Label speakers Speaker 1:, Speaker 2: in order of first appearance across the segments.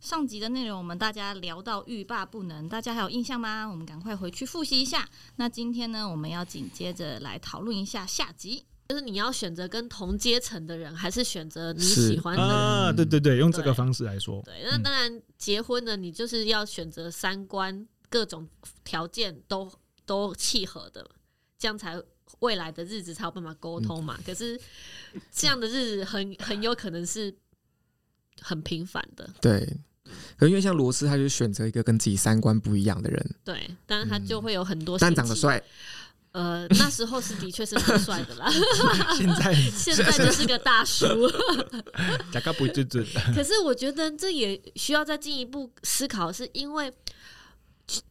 Speaker 1: 上集的内容我们大家聊到欲罢不能，大家还有印象吗？我们赶快回去复习一下。那今天呢，我们要紧接着来讨论一下下集。
Speaker 2: 就是你要选择跟同阶层的人，还是选择你
Speaker 3: 是
Speaker 2: 喜欢的人？
Speaker 3: 啊，
Speaker 4: 嗯
Speaker 3: 对对对，用这
Speaker 2: 对
Speaker 3: 个方式来 说，
Speaker 2: 对，那
Speaker 3: 嗯
Speaker 2: 当然结婚呢，你就是要选择三观各种条件都都契合的，这样才未来的日子才有办法沟通
Speaker 4: 嗯
Speaker 2: 嘛。可是这样的日子很很有可能是很平凡的，
Speaker 4: 对。可因为像罗斯，他就选择一个跟自己三观不一样的人，
Speaker 2: 对，但是他就会有很多、
Speaker 4: 嗯但长得，帅，
Speaker 2: 呃，那时候是的确是很帅的啦，
Speaker 3: 现在
Speaker 2: 现在就是个大叔。
Speaker 3: 大家不对对，
Speaker 2: 可是我觉得这也需要再进一步思考，是因为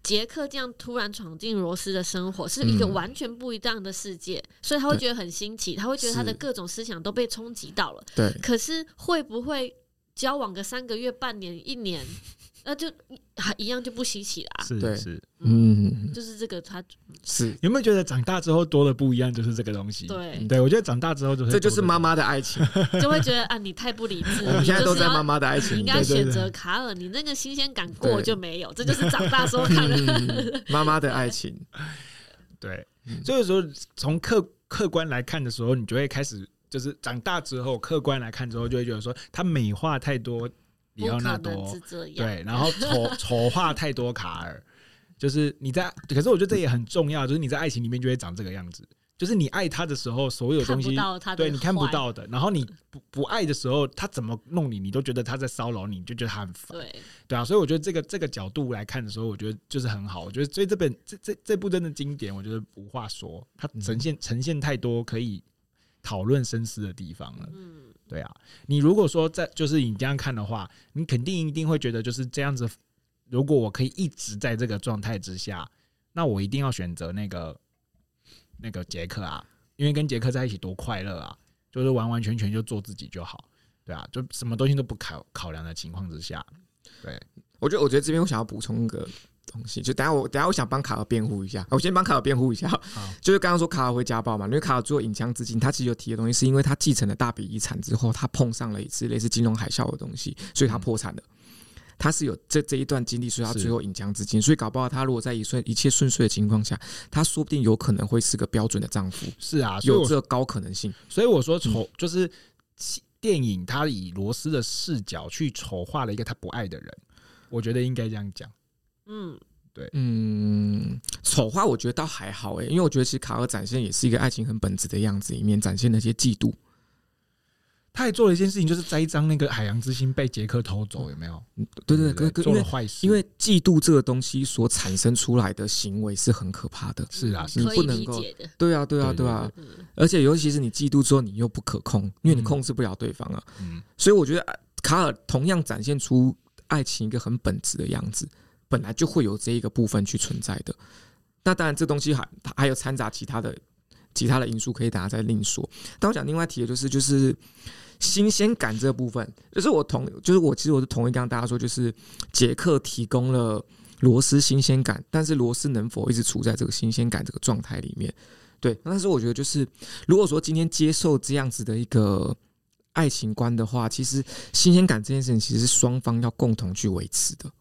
Speaker 2: 杰克这样突然闯进罗斯的生活，是一个
Speaker 4: 嗯
Speaker 2: 完全不一样的世界，所以他会
Speaker 4: 对
Speaker 2: 觉得很新奇，他会觉得他的
Speaker 4: 是
Speaker 2: 各种思想都被冲击到了。
Speaker 4: 对，
Speaker 2: 可是会不会交往个三个月、半年、一年，那就还一样就不稀奇啦？
Speaker 3: 是
Speaker 4: 对
Speaker 3: 是。
Speaker 4: 嗯，
Speaker 2: 就是这个他
Speaker 4: 是，
Speaker 3: 有没有觉得长大之后多的不一样就是这个东西？
Speaker 2: 对，
Speaker 3: 对，我觉得长大之后就是
Speaker 4: 这就是
Speaker 3: 多得
Speaker 4: 妈妈的爱情。
Speaker 2: 就会觉得啊，你太不理智
Speaker 4: 嗯 我
Speaker 2: 了，
Speaker 4: 们
Speaker 2: 你
Speaker 4: 现在
Speaker 2: 就
Speaker 4: 都
Speaker 2: 是
Speaker 4: 在妈
Speaker 2: 要。
Speaker 4: 妈的爱
Speaker 2: 你
Speaker 4: 情
Speaker 2: 应
Speaker 4: 里，
Speaker 2: 该
Speaker 3: 对对
Speaker 2: 选
Speaker 3: 对
Speaker 2: 择卡尔，你那个新鲜感过
Speaker 4: 对
Speaker 2: 就没有，这就是长大时候看的
Speaker 4: 嗯妈妈的爱情，
Speaker 3: 对
Speaker 4: 嗯。
Speaker 3: 所以说从客客观来看的时候，你就会开始就是长大之后，客观来看之后，就会觉得说他美化太多里
Speaker 2: 不
Speaker 3: 奥纳
Speaker 2: 可能啊
Speaker 3: 多
Speaker 2: 是，这样。
Speaker 3: 对，然后丑丑化太多卡尔。就是你在，可是我觉得这也很重要，就是你在爱情里面就会长这个样子。就是你爱他的时候，所有
Speaker 2: 看
Speaker 3: 东
Speaker 2: 不
Speaker 3: 西
Speaker 2: 到他的，
Speaker 3: 对你看不。到的，然后你不不爱的时候，他怎么弄你，你都觉得他在骚扰你，你就觉得他很烦。
Speaker 2: 对，
Speaker 3: 对啊，所以我觉得这个这个角度来看的时候，我觉得就是很好。我觉得所以这本这这这部真的经典，我觉得无话说，它呈现、呈现太多可以讨论深思的地方了。
Speaker 2: 嗯，
Speaker 3: 对啊，你如果说在就是你这样看的话，你肯定一定会觉得就是这样子。如果我可以一直在这个状态之下，那我一定要选择那个那个杰克啊，因为跟杰克在一起多快乐啊，就是完完全全就做自己就好，对啊，就什么东西都不考考量的情况之下，
Speaker 4: 我觉得，我觉得这边我想要补充一个东西，就等下我等下我想帮卡尔辩护一下，啊我先帮卡尔辩护一下。 就是刚刚说卡尔会家暴嘛，因为卡尔做影枪资金，他其实有提的东西，是因为他继承了大笔遗产之后，他碰上了一次类似金融海啸的东西，所以他破产了。他是有这这一段经历，所以他
Speaker 3: 嗯是
Speaker 4: 最后引枪资金，所以搞不好他如果在一顺一切顺遂的情况下，他说不定有可能会是个标准的丈夫，
Speaker 3: 是啊，所以我
Speaker 4: 有这高可能性。
Speaker 3: 所以我说丑就是电影，它以罗斯的视角去丑化了一个他不爱的人，我觉得应该这样讲。
Speaker 2: 嗯，
Speaker 4: 嗯，丑话我觉得倒还好诶、因为我觉得其实卡尔展现也是一个爱情很本质的样子，里面展现那些嫉妒，
Speaker 3: 他还做了一件事情，就是栽赃那个海洋之心被杰克偷走，有没有？
Speaker 4: 嗯对对对，跟
Speaker 3: 做
Speaker 4: 因
Speaker 3: 了
Speaker 4: 为
Speaker 3: 坏事，
Speaker 4: 因为嫉妒这个东西所产生出来的行为是很可怕的。
Speaker 3: 是啊，是
Speaker 4: 你
Speaker 2: 嗯可以
Speaker 4: 不能
Speaker 2: 理
Speaker 4: 够
Speaker 2: 解的。
Speaker 4: 对啊，对啊，
Speaker 3: 对对
Speaker 4: 对啊，
Speaker 2: 嗯，
Speaker 4: 而且尤其是你嫉妒之后，你又不可控，因为你
Speaker 3: 嗯
Speaker 4: 控制不了对方啊。
Speaker 3: 嗯，
Speaker 4: 所以我觉得啊卡尔同样展现出爱情一个很本质的样子，本来就会有这一个部分去存在的。那当然，这东西还它还有掺杂其他的其他的因素，可以大家再另说。但我想另外提的就是就是新鲜感这部分，就是我同就是我其实我是同意刚刚大家说，就是杰克提供了罗斯新鲜感，但是罗斯能否一直处在这个新鲜感这个状态里面？对，但是我觉得就是如果说今天接受这样子的一个爱情观的话，其实新鲜感这件事情其实是双方要共同去维持的，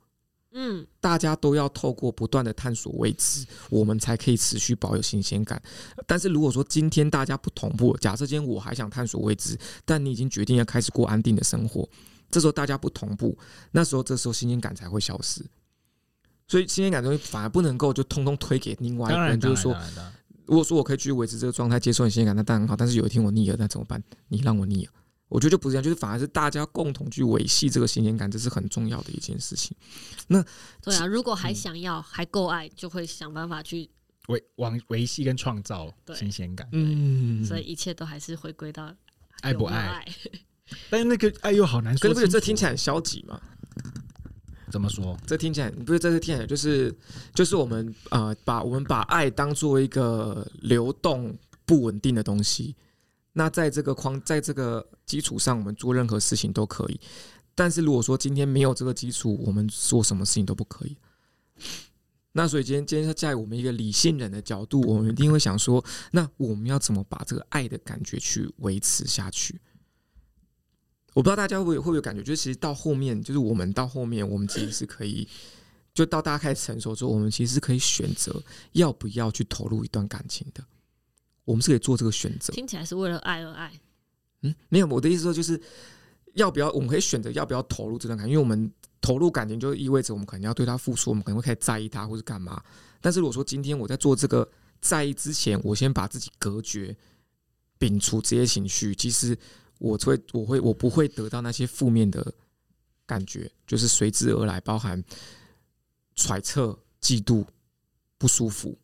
Speaker 2: 嗯，
Speaker 4: 大家都要透过不断的探索未知，我们才可以持续保有新鲜感。但是如果说今天大家不同步，假设今天我还想探索未知，但你已经决定要开始过安定的生活，这时候大家不同步，那时候这时候新鲜感才会消失。所以新鲜感这东西反而不能够就通通推给另外一
Speaker 3: 当
Speaker 4: 个
Speaker 3: 然，
Speaker 4: 人，就是
Speaker 3: 当
Speaker 4: 说
Speaker 3: 然，当然当然
Speaker 4: 如果说我可以继续维持这个状态，接受你新鲜感，那当然很好。但是有一天我腻了，那怎么办？你让我腻了，我觉得就不是这样，就是反而是大家共同去维系这个新鲜感，这是很重要的一件事情。
Speaker 2: 对啊，如果
Speaker 3: 嗯
Speaker 2: 还想要，还够爱，就会想办法去，
Speaker 3: 维往维系跟创造
Speaker 2: 对
Speaker 3: 新鲜感，
Speaker 4: 嗯
Speaker 2: 所以一切都还是回归到
Speaker 3: 爱
Speaker 2: 有
Speaker 3: 不
Speaker 2: 没有
Speaker 3: 爱？
Speaker 2: 爱？
Speaker 3: 但是那个爱又好难
Speaker 4: 可
Speaker 3: 说
Speaker 4: 是不
Speaker 3: 清
Speaker 4: 觉
Speaker 3: 楚。
Speaker 4: 得这听起来很消极吗？
Speaker 3: 怎么说？
Speaker 4: 这听起来不是，这是听起来就是就是我们呃，把我们把爱当做一个流动不稳定的东西。那在这个框，在这个基础上，我们做任何事情都可以。但是如果说今天没有这个基础，我们做什么事情都不可以。那所以今天今天要在我们一个理性人的角度，我们一定会想说，那我们要怎么把这个爱的感觉去维持下去？我不知道大家会不会会不会有感觉，就是其实到后面，就是我们到后面，我们其实是可以，就到大家开始成熟之后，我们其实是可以选择要不要去投入一段感情的，我们是可以做这个选择。
Speaker 2: 听起来是为了爱而爱，
Speaker 4: 嗯，没有，我的意思说就是要不要，我们可以选择要不要投入这段感情，因为我们投入感情就意味着我们可能要对他付出，我们可能会开始在意他或是干嘛。但是如果说今天我在做这个在意之前，我先把自己隔绝，摒除这些情绪，其实我会我会我不会得到那些负面的感觉，就是随之而来，包含揣测、嫉妒、不舒服。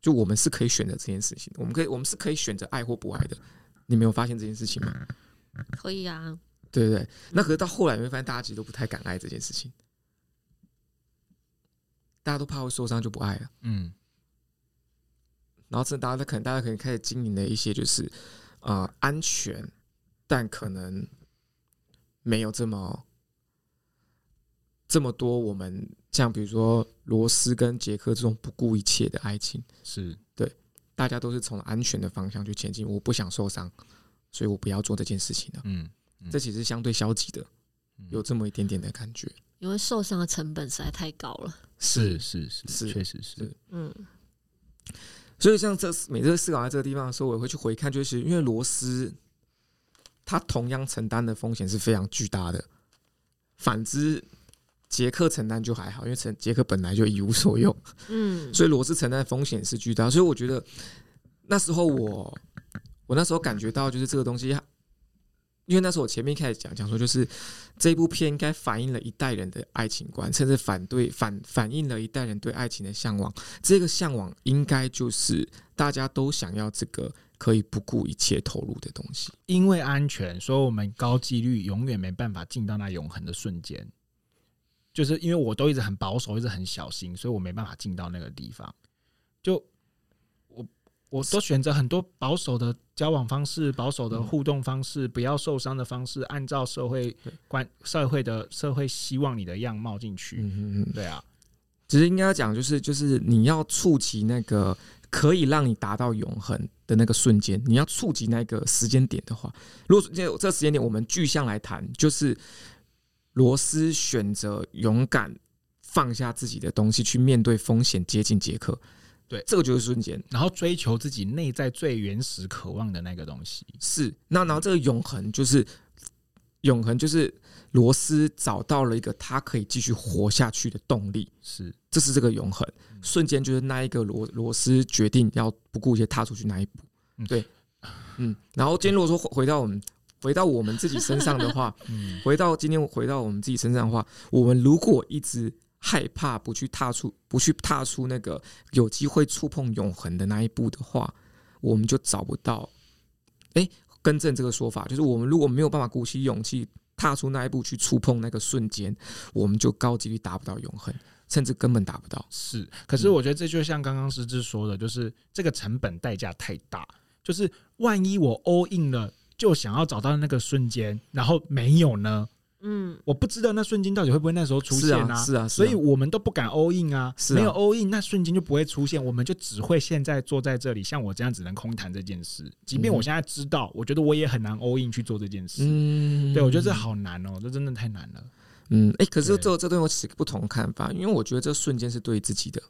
Speaker 4: 就我们是可以选择这件事情的，我们可以我们是可以选择爱或不爱的。你没有发现这件事情吗？
Speaker 2: 可以啊。
Speaker 4: 对对对，那可是到后来你会发现，大家其实都不太敢爱这件事情，大家都怕会受伤就不爱了。
Speaker 3: 嗯，
Speaker 4: 然后，真的大家可能大家可能开始经营了一些就是啊、呃安全，但可能没有这么这么多我们像比如说罗斯跟杰克这种不顾一切的爱情，
Speaker 3: 是
Speaker 4: 大家都是从安全的方向去前进。我不想受伤，所以我不要做这件事情了。
Speaker 3: 嗯，
Speaker 4: 这其实是相对消极的，
Speaker 3: 嗯
Speaker 4: 有这么一点点的感觉。
Speaker 2: 因为受伤的成本实在太高了，
Speaker 3: 是是是
Speaker 4: 是
Speaker 3: 确实是
Speaker 4: 是
Speaker 2: 嗯，
Speaker 4: 所以像这每次思考在这个地方的时候，我也会去回看，就是因为罗斯他同样承担的风险是非常巨大的。反之，杰克承担就还好，因为陈杰克本来就一无所有，
Speaker 2: 嗯，
Speaker 4: 所以罗斯承担的风险是巨大。所以我觉得那时候我，我那时候感觉到就是这个东西，因为那时候我前面一开始讲讲说，就是这部片应该反映了一代人的爱情观，甚至反对反反映了一代人对爱情的向往。这个向往应该就是大家都想要这个可以不顾一切投入的东西。
Speaker 3: 因为安全，所以我们高几率永远没办法进到那永恒的瞬间。就是因为我都一直很保守，一直很小心，所以我没办法进到那个地方。就我我都选择很多保守的交往方式、保守的
Speaker 4: 嗯
Speaker 3: 互动方式、不要受伤的方式，按照社会
Speaker 4: 对
Speaker 3: 观、社会的社会希望你的样貌进去。
Speaker 4: 嗯嗯嗯，
Speaker 3: 对啊，
Speaker 4: 只是应该要讲，就是就是你要触及那个可以让你达到永恒的那个瞬间，你要触及那个时间点的话，如果这这时间点我们具象来谈，就是罗斯选择勇敢放下自己的东西去面对风险，接近杰克，
Speaker 3: 对
Speaker 4: 这个就是瞬间。
Speaker 3: 然后追求自己内在最原始渴望的那个东西。
Speaker 4: 是，那然后这个永恒就是永恒，就是罗斯找到了一个他可以继续活下去的动力，
Speaker 3: 是，
Speaker 4: 这是这个永恒。瞬间就是那一个罗罗斯决定要不顾一切踏出去那一步
Speaker 3: 嗯。
Speaker 4: 对，嗯，然后今天如果说回回到我们回到我们自己身上的话，
Speaker 3: 嗯，
Speaker 4: 回到今天回到我们自己身上的话，我们如果一直害怕不去踏出不去踏出那个有机会触碰永恒的那一步的话，我们就找不到。哎，更正这个说法，就是我们如果没有办法鼓起勇气踏出那一步去触碰那个瞬间，我们就高几率达不到永恒，甚至根本达不到。
Speaker 3: 是，可
Speaker 4: 嗯
Speaker 3: 是我觉得这就像刚刚师之说的，就是这个成本代价太大，就是万一我 all in 了，就想要找到那个瞬间，然后没有呢？
Speaker 2: 嗯，
Speaker 3: 我不知道那瞬间到底会不会那时候出
Speaker 4: 是
Speaker 3: 现
Speaker 4: 啊，是啊，
Speaker 3: 所以
Speaker 4: 是啊
Speaker 3: 我们都不敢 all in 啊，
Speaker 4: 是啊
Speaker 3: 没有 all in，那瞬间就不会出现，我们就只会现在坐在这里，像我这样只能空谈这件事。即便
Speaker 4: 嗯哼
Speaker 3: 我现在知道，我觉得我也很难 all in 去做这件事。
Speaker 4: 嗯，
Speaker 3: 对，我觉得这好难哦，这真的太难了。
Speaker 4: 嗯，哎、可是
Speaker 3: 对
Speaker 4: 这这对我持不同的看法，因为我觉得这瞬间是对自己的，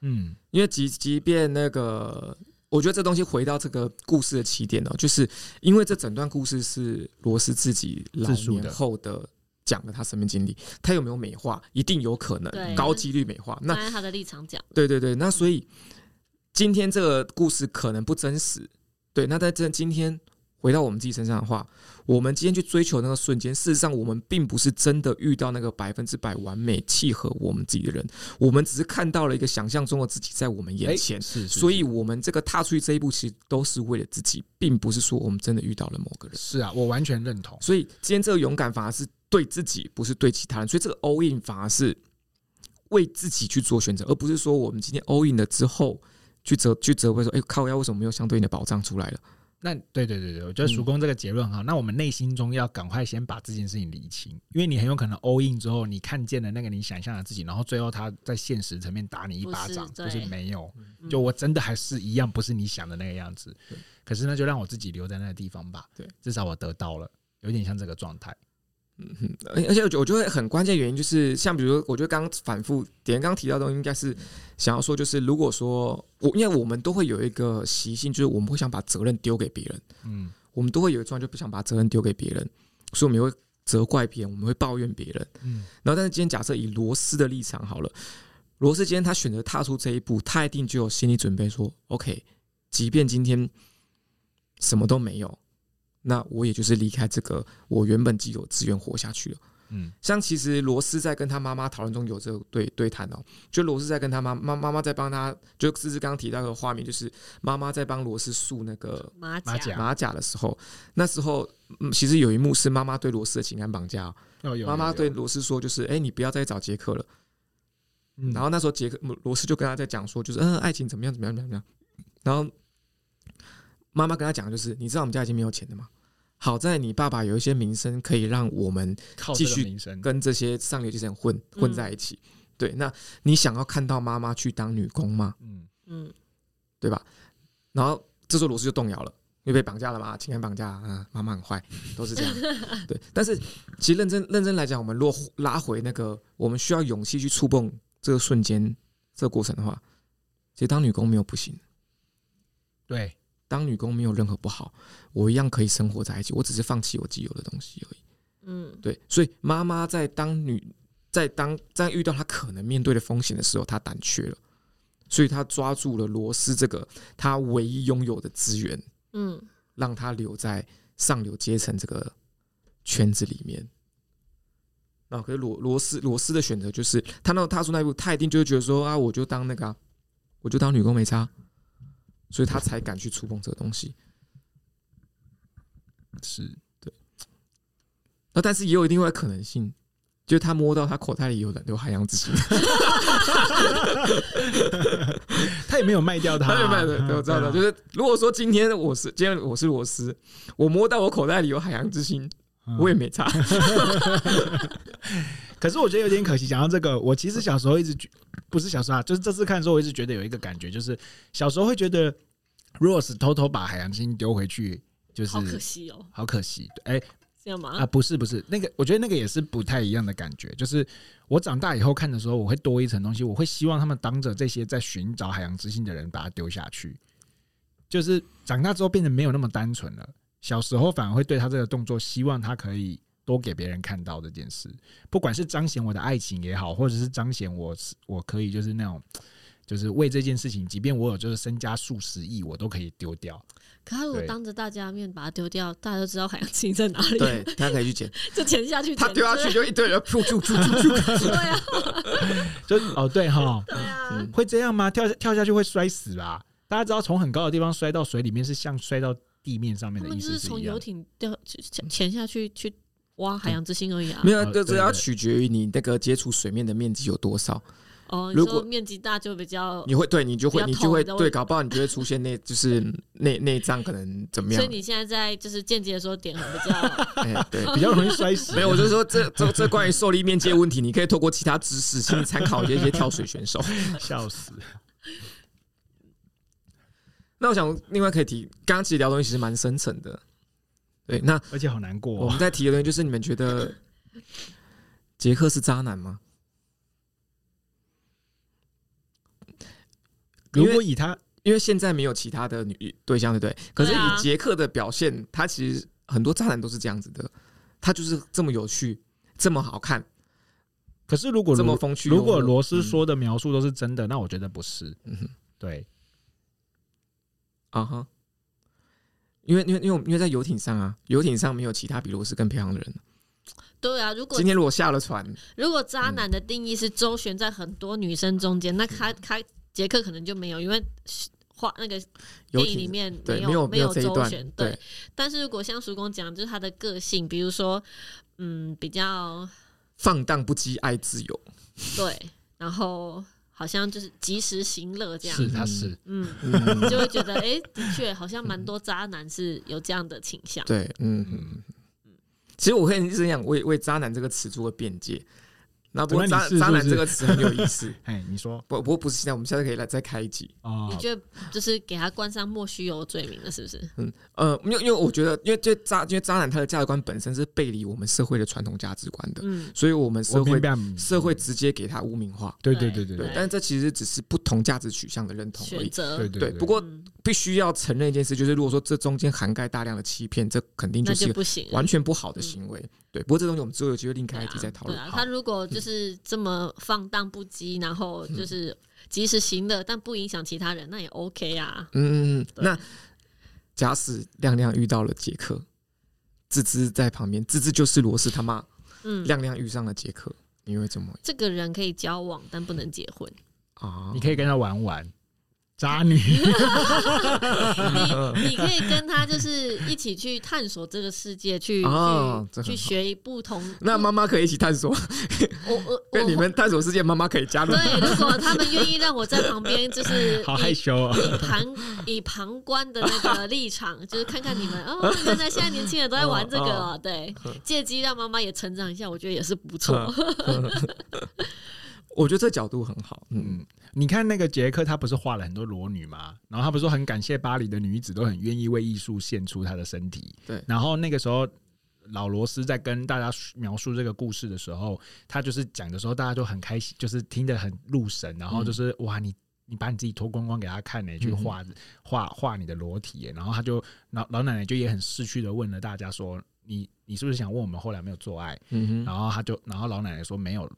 Speaker 3: 嗯，
Speaker 4: 因为即即便那个，我觉得这东西回到这个故事的起点哦，就是因为这整段故事是罗斯自己老
Speaker 3: 自述的
Speaker 4: 年后的讲的他生命经历，他有没有美化，一定有可
Speaker 2: 对
Speaker 4: 能，高几率美化。那
Speaker 2: 站在他的立场讲，
Speaker 4: 对对对，那所以今天这个故事可能不真实，对。那在这今天回到我们自己身上的话，我们今天去追求那个瞬间，事实上我们并不是真的遇到那个百分之百完美契合我们自己的人，我们只是看到了一个想象中的自己在我们眼
Speaker 3: 诶
Speaker 4: 前。
Speaker 3: 是，是
Speaker 4: 所以，我们这个踏出去这一步，其实都是为了自己，并不是说我们真的遇到了某个人。
Speaker 3: 是啊，我完全认同。
Speaker 4: 所以今天这个勇敢反而是对自己，不是对其他人。所以这个 all in 反而是为自己去做选择，而不是说我们今天 all in 了之后去责去责备说，哎、靠腰为什么没有相对应的保障出来了？
Speaker 3: 那对对对对，我觉得
Speaker 4: 嗯
Speaker 3: 叔公这个结论哈，那我们内心中要赶快先把这件事情理清，因为你很有可能 all in 之后，你看见了那个你想象的自己，然后最后他在现实层面打你一巴掌，
Speaker 2: 不是
Speaker 3: 就
Speaker 2: 对
Speaker 3: 是没有，
Speaker 2: 嗯
Speaker 3: 就我真的还是一样，不是你想的那个样子
Speaker 4: 对。
Speaker 3: 可是那就让我自己留在那个地方吧，
Speaker 4: 对，
Speaker 3: 至少我得到了，有点像这个状态。
Speaker 4: 嗯，而而且我觉我觉得很关键原因就是，像比如说，我觉得刚刚反复点刚刚提到的东西，应该是想要说，就是如果说我，因为我们都会有一个习性，就是我们会想把责任丢给别人，
Speaker 3: 嗯，
Speaker 4: 我们都会有一种就不想把责任丢给别人，所以我们也会责怪别人，我们会抱怨别人。
Speaker 3: 嗯，
Speaker 4: 然后，但是今天假设以罗斯的立场好了，罗斯今天他选择踏出这一步，他一定就有心理准备说，OK，即便今天什么都没有，那我也就是离开这个我原本既有资源活下去了。
Speaker 3: 嗯，
Speaker 4: 像其实罗斯在跟他妈妈讨论中有这个对对谈哦，就罗斯在跟他妈妈妈妈在帮他，就芝芝刚刚提到的画面，就是妈妈在帮罗斯塑那个
Speaker 2: 马
Speaker 3: 马甲
Speaker 4: 马甲的时候，那时候嗯，其实有一幕是妈妈对罗斯的情感绑架哦、
Speaker 3: 哦有
Speaker 4: 妈妈对
Speaker 3: 有
Speaker 4: 罗斯说，就是哎、你不要再找杰克了。
Speaker 3: 嗯
Speaker 4: 然后那时候杰克罗斯就跟他在讲说，就是嗯，爱情怎么样怎么样怎么样。然后妈妈跟他讲，就是你知道我们家已经没有钱了吗？好在你爸爸有一些名声，可以让我们
Speaker 3: 靠
Speaker 4: 继
Speaker 3: 这个
Speaker 4: 续
Speaker 3: 名声，
Speaker 4: 跟这些上流阶层混混在一起。对，那你想要看到妈妈去当女工吗？
Speaker 3: 嗯
Speaker 2: 嗯，
Speaker 4: 对吧？然后这时候罗斯就动摇了，因为被绑架了嘛， 情感绑架啊，妈妈很坏， 都是这样。对，但是其实认真认真来讲，我们若拉回那个，我们需要勇气去触碰这个瞬间这个过程的话，其实当女工没有不行，
Speaker 3: 对，
Speaker 4: 当女工没有任何不好，我一样可以生活在一起，我只是放弃我既有的东西而已。
Speaker 2: 嗯，
Speaker 4: 对，所以妈妈在当女在当在遇到她可能面对的风险的时候，她胆怯了。所以她抓住了罗斯这个她唯一拥有的资源，
Speaker 2: 嗯，
Speaker 4: 让他留在上流阶层这个圈子里面。那、可是罗罗斯罗斯的选择就是，他那踏出那一步，他一定就会觉得说啊，我就当那个、啊，我就当女工没差，所以他才敢去触碰这个东西。
Speaker 3: 是
Speaker 4: 那但是也有一定的可能性，就是他摸到他口袋里有人流海洋之心，
Speaker 3: 他啊嗯也没有卖掉 它，
Speaker 4: 他就卖的，对我知道的。就是是如果说今天我是今天我是罗斯，我摸到我口袋里有海洋之心，
Speaker 3: 嗯
Speaker 4: 我也没差。
Speaker 3: 可是我觉得有点可惜。讲到这个，我其实小时候一直觉，不是小时候啊，就是这次看的时候，我一直觉得有一个感觉，就是小时候会觉得 Rose 偷偷把海洋星丢回去，就是
Speaker 2: 好可惜哦，
Speaker 3: 好可惜。哎、
Speaker 2: 这样吗？
Speaker 3: 啊，不是不是，那个我觉得那个也是不太一样的感觉。就是我长大以后看的时候，我会多一层东西，我会希望他们当着这些在寻找海洋之心的人把它丢下去。就是长大之后变得没有那么单纯了，小时候反而会对他这个动作，希望他可以多给别人看到这件事，不管是彰显我的爱情也好，或者是彰显我是我可以就是那种。就是为这件事情，即便我有就是身家数十亿，我都可以丢掉。
Speaker 2: 可他如果
Speaker 3: 对
Speaker 2: 当着大家面把它丢掉，大家都知道海洋星在 哪里，
Speaker 4: 对，他可以去捡，
Speaker 2: 就潜下去，
Speaker 4: 他丢下去
Speaker 2: 捡
Speaker 4: 就一堆人噗噗 噗噗噗。
Speaker 2: 对啊，
Speaker 3: 就哦，对 哈，
Speaker 2: 对啊，
Speaker 4: 嗯
Speaker 3: 会这样吗？跳下跳下去会摔死吧？大家知道从很高的地方摔到水里面是像摔到地面上面
Speaker 2: 他
Speaker 3: 的
Speaker 2: 们
Speaker 3: 意
Speaker 2: 就
Speaker 3: 思
Speaker 2: 是
Speaker 3: 是
Speaker 2: 从
Speaker 3: 一
Speaker 2: 游
Speaker 3: 样的。
Speaker 2: 艇掉去潜下去去挖海洋之心而已啊
Speaker 4: 嗯没。有啊
Speaker 3: 呃，
Speaker 4: 这这
Speaker 3: 对
Speaker 4: 要
Speaker 3: 对
Speaker 4: 取决于你那个接触水面的面积有多少，
Speaker 2: 哦，
Speaker 4: 如
Speaker 2: 你
Speaker 4: 果
Speaker 2: 说面积大就比较，
Speaker 4: 你会对你就会
Speaker 2: 比
Speaker 4: 你
Speaker 2: 较
Speaker 4: 就会
Speaker 2: 痛的位
Speaker 4: 对，
Speaker 2: 置
Speaker 4: 搞不好你就会出现内就是内内脏可能怎么样
Speaker 2: 所以？你现在在就是间接说点很比 较，
Speaker 4: 哎， 对，
Speaker 3: 比较容易摔死。
Speaker 4: 没有，我就说这这这关于受力面积的问题，你可以透过其他知识，请你参考一些一些跳水 选手。
Speaker 3: 笑死。
Speaker 4: 那我想另外可以提，刚刚其实聊的东西其实蛮深层的，对。那
Speaker 3: 而且好难
Speaker 4: 我
Speaker 3: 过、
Speaker 4: 们
Speaker 3: 哦。
Speaker 4: 在提的东西就是你们觉得杰克是渣男吗？因
Speaker 3: 如
Speaker 4: 为
Speaker 3: 果以他，
Speaker 4: 因为现在没有其他的女对象，对不对？可是
Speaker 2: 对啊
Speaker 4: 以杰克的表现，他其实很多渣男都是这样子的，他就是这么有趣，这么好看，
Speaker 3: 可是如果
Speaker 4: 这么
Speaker 3: 罗
Speaker 4: 风趣幽默。
Speaker 3: 如果罗斯说的描述都是真的，那我觉得不是。
Speaker 4: 嗯哼
Speaker 3: 对，
Speaker 4: 啊哈，因为因为因为因为在游艇上啊，游艇上没有其他比罗斯更漂亮的人。
Speaker 2: 对啊，如果
Speaker 4: 今天如嗯果下了船，
Speaker 2: 如果渣男的定义是周旋在很多女生中间，那
Speaker 4: 嗯
Speaker 2: 他他杰克可能就没有，因为画那个
Speaker 4: 游
Speaker 2: 电影里
Speaker 4: 艇
Speaker 2: 面
Speaker 4: 对
Speaker 2: 没
Speaker 4: 有没
Speaker 2: 有
Speaker 4: 这一
Speaker 2: 周
Speaker 4: 段
Speaker 2: 旋，，
Speaker 4: 对，
Speaker 2: 但是如果像叔公讲，就是他的个性，比如说，嗯，比较
Speaker 4: 放荡不羁，爱自由。
Speaker 2: 对，然后好像就是及时行乐这样，
Speaker 3: 是他是
Speaker 2: 嗯，
Speaker 4: 嗯，
Speaker 2: 就会觉得，哎、的确好像蛮多渣男是有这样的倾 向，
Speaker 4: 嗯对，嗯。其实我会一直讲为为渣男这个词做个辩解，那不过
Speaker 3: 怎么
Speaker 4: 渣
Speaker 3: 你是
Speaker 4: 渣
Speaker 3: 是不
Speaker 4: 男
Speaker 3: 是
Speaker 4: 这个词很有意思。
Speaker 3: 哎，你说
Speaker 4: 不，不过不是现在，我们现在可以来再开一集。
Speaker 3: 哦
Speaker 2: 你，觉得就是给他冠上莫须有的罪名了，是不是？
Speaker 4: 呃，因为因为我觉得，因为这渣，因为渣男他的价值观本身是背离我们社会的传统价值观的，
Speaker 2: 嗯，
Speaker 4: 所以我们社
Speaker 3: 我
Speaker 4: 会
Speaker 3: 明白你
Speaker 4: 社会直接给他污名化。
Speaker 3: 对对对对
Speaker 4: 对
Speaker 3: 对，
Speaker 4: 但这其实只是不同价值取向的认同而
Speaker 2: 选
Speaker 4: 已。
Speaker 2: 择
Speaker 3: 对
Speaker 4: 对，
Speaker 3: 对。
Speaker 4: 不过
Speaker 2: 嗯
Speaker 4: 必须要承认一件事，就是如果说这中间涵盖大量的欺骗，这肯定
Speaker 2: 那
Speaker 4: 就是
Speaker 2: 就
Speaker 4: 一个
Speaker 2: 不行了，
Speaker 4: 完全不好的行为。对，不过这东西我们之后有机会另
Speaker 2: 对
Speaker 4: 开一集再讨论。
Speaker 2: 啊对啊，
Speaker 4: 好嗯
Speaker 2: 他如果就是这么放荡不羁，然后就是及时行乐，但不影响其他人，那也 OK 啊。
Speaker 4: 嗯，嗯嗯
Speaker 2: 对
Speaker 4: 那假使亮亮遇到了杰克，芝芝在旁边，芝芝就是罗斯他妈，
Speaker 2: 嗯，
Speaker 4: 亮亮遇上了杰克，你会怎么
Speaker 2: 这个人可以交往，但不能结婚。
Speaker 4: 啊？
Speaker 3: 你可以跟他玩玩，渣女
Speaker 2: 你你可以跟他就是一起去探索这个世界， 去、
Speaker 4: 哦
Speaker 2: 去
Speaker 4: 这很
Speaker 2: 去
Speaker 4: 好
Speaker 2: 学不 同。
Speaker 4: 那妈妈可以一起 探索，
Speaker 2: 我我我
Speaker 4: 跟你们探索世界，妈妈可以 加入。
Speaker 2: 对，如果他们愿意让我在旁边，就是
Speaker 3: 好害
Speaker 2: 以
Speaker 3: 羞哦。
Speaker 2: 以旁以旁观的那个立场，就是看看你们哦，原来现在年轻人都在玩这个哦，对，借机让妈妈也成长一下，我觉得也是不错。
Speaker 4: 我觉得这角度很好，嗯，
Speaker 3: 嗯，你看那个杰克，他不是画了很多裸女吗？然后他不是说很感谢巴黎的女子都很愿意为艺术献出她的身体。
Speaker 4: 对
Speaker 3: 然后那个时候。老罗斯在跟大家描述这个故事的时候，他就是讲的时候，大家都很开心，就是听得很入神，然后就是、
Speaker 4: 嗯
Speaker 3: 哇，你你把你自己脱光光给他看呢、欸去画画画你的裸体、欸，然后他就老老奶奶就也很逝去的问了大家说，你你是不是想问我们后来没有做爱？
Speaker 4: 嗯哼，
Speaker 3: 然后他就，然后老奶奶说没有，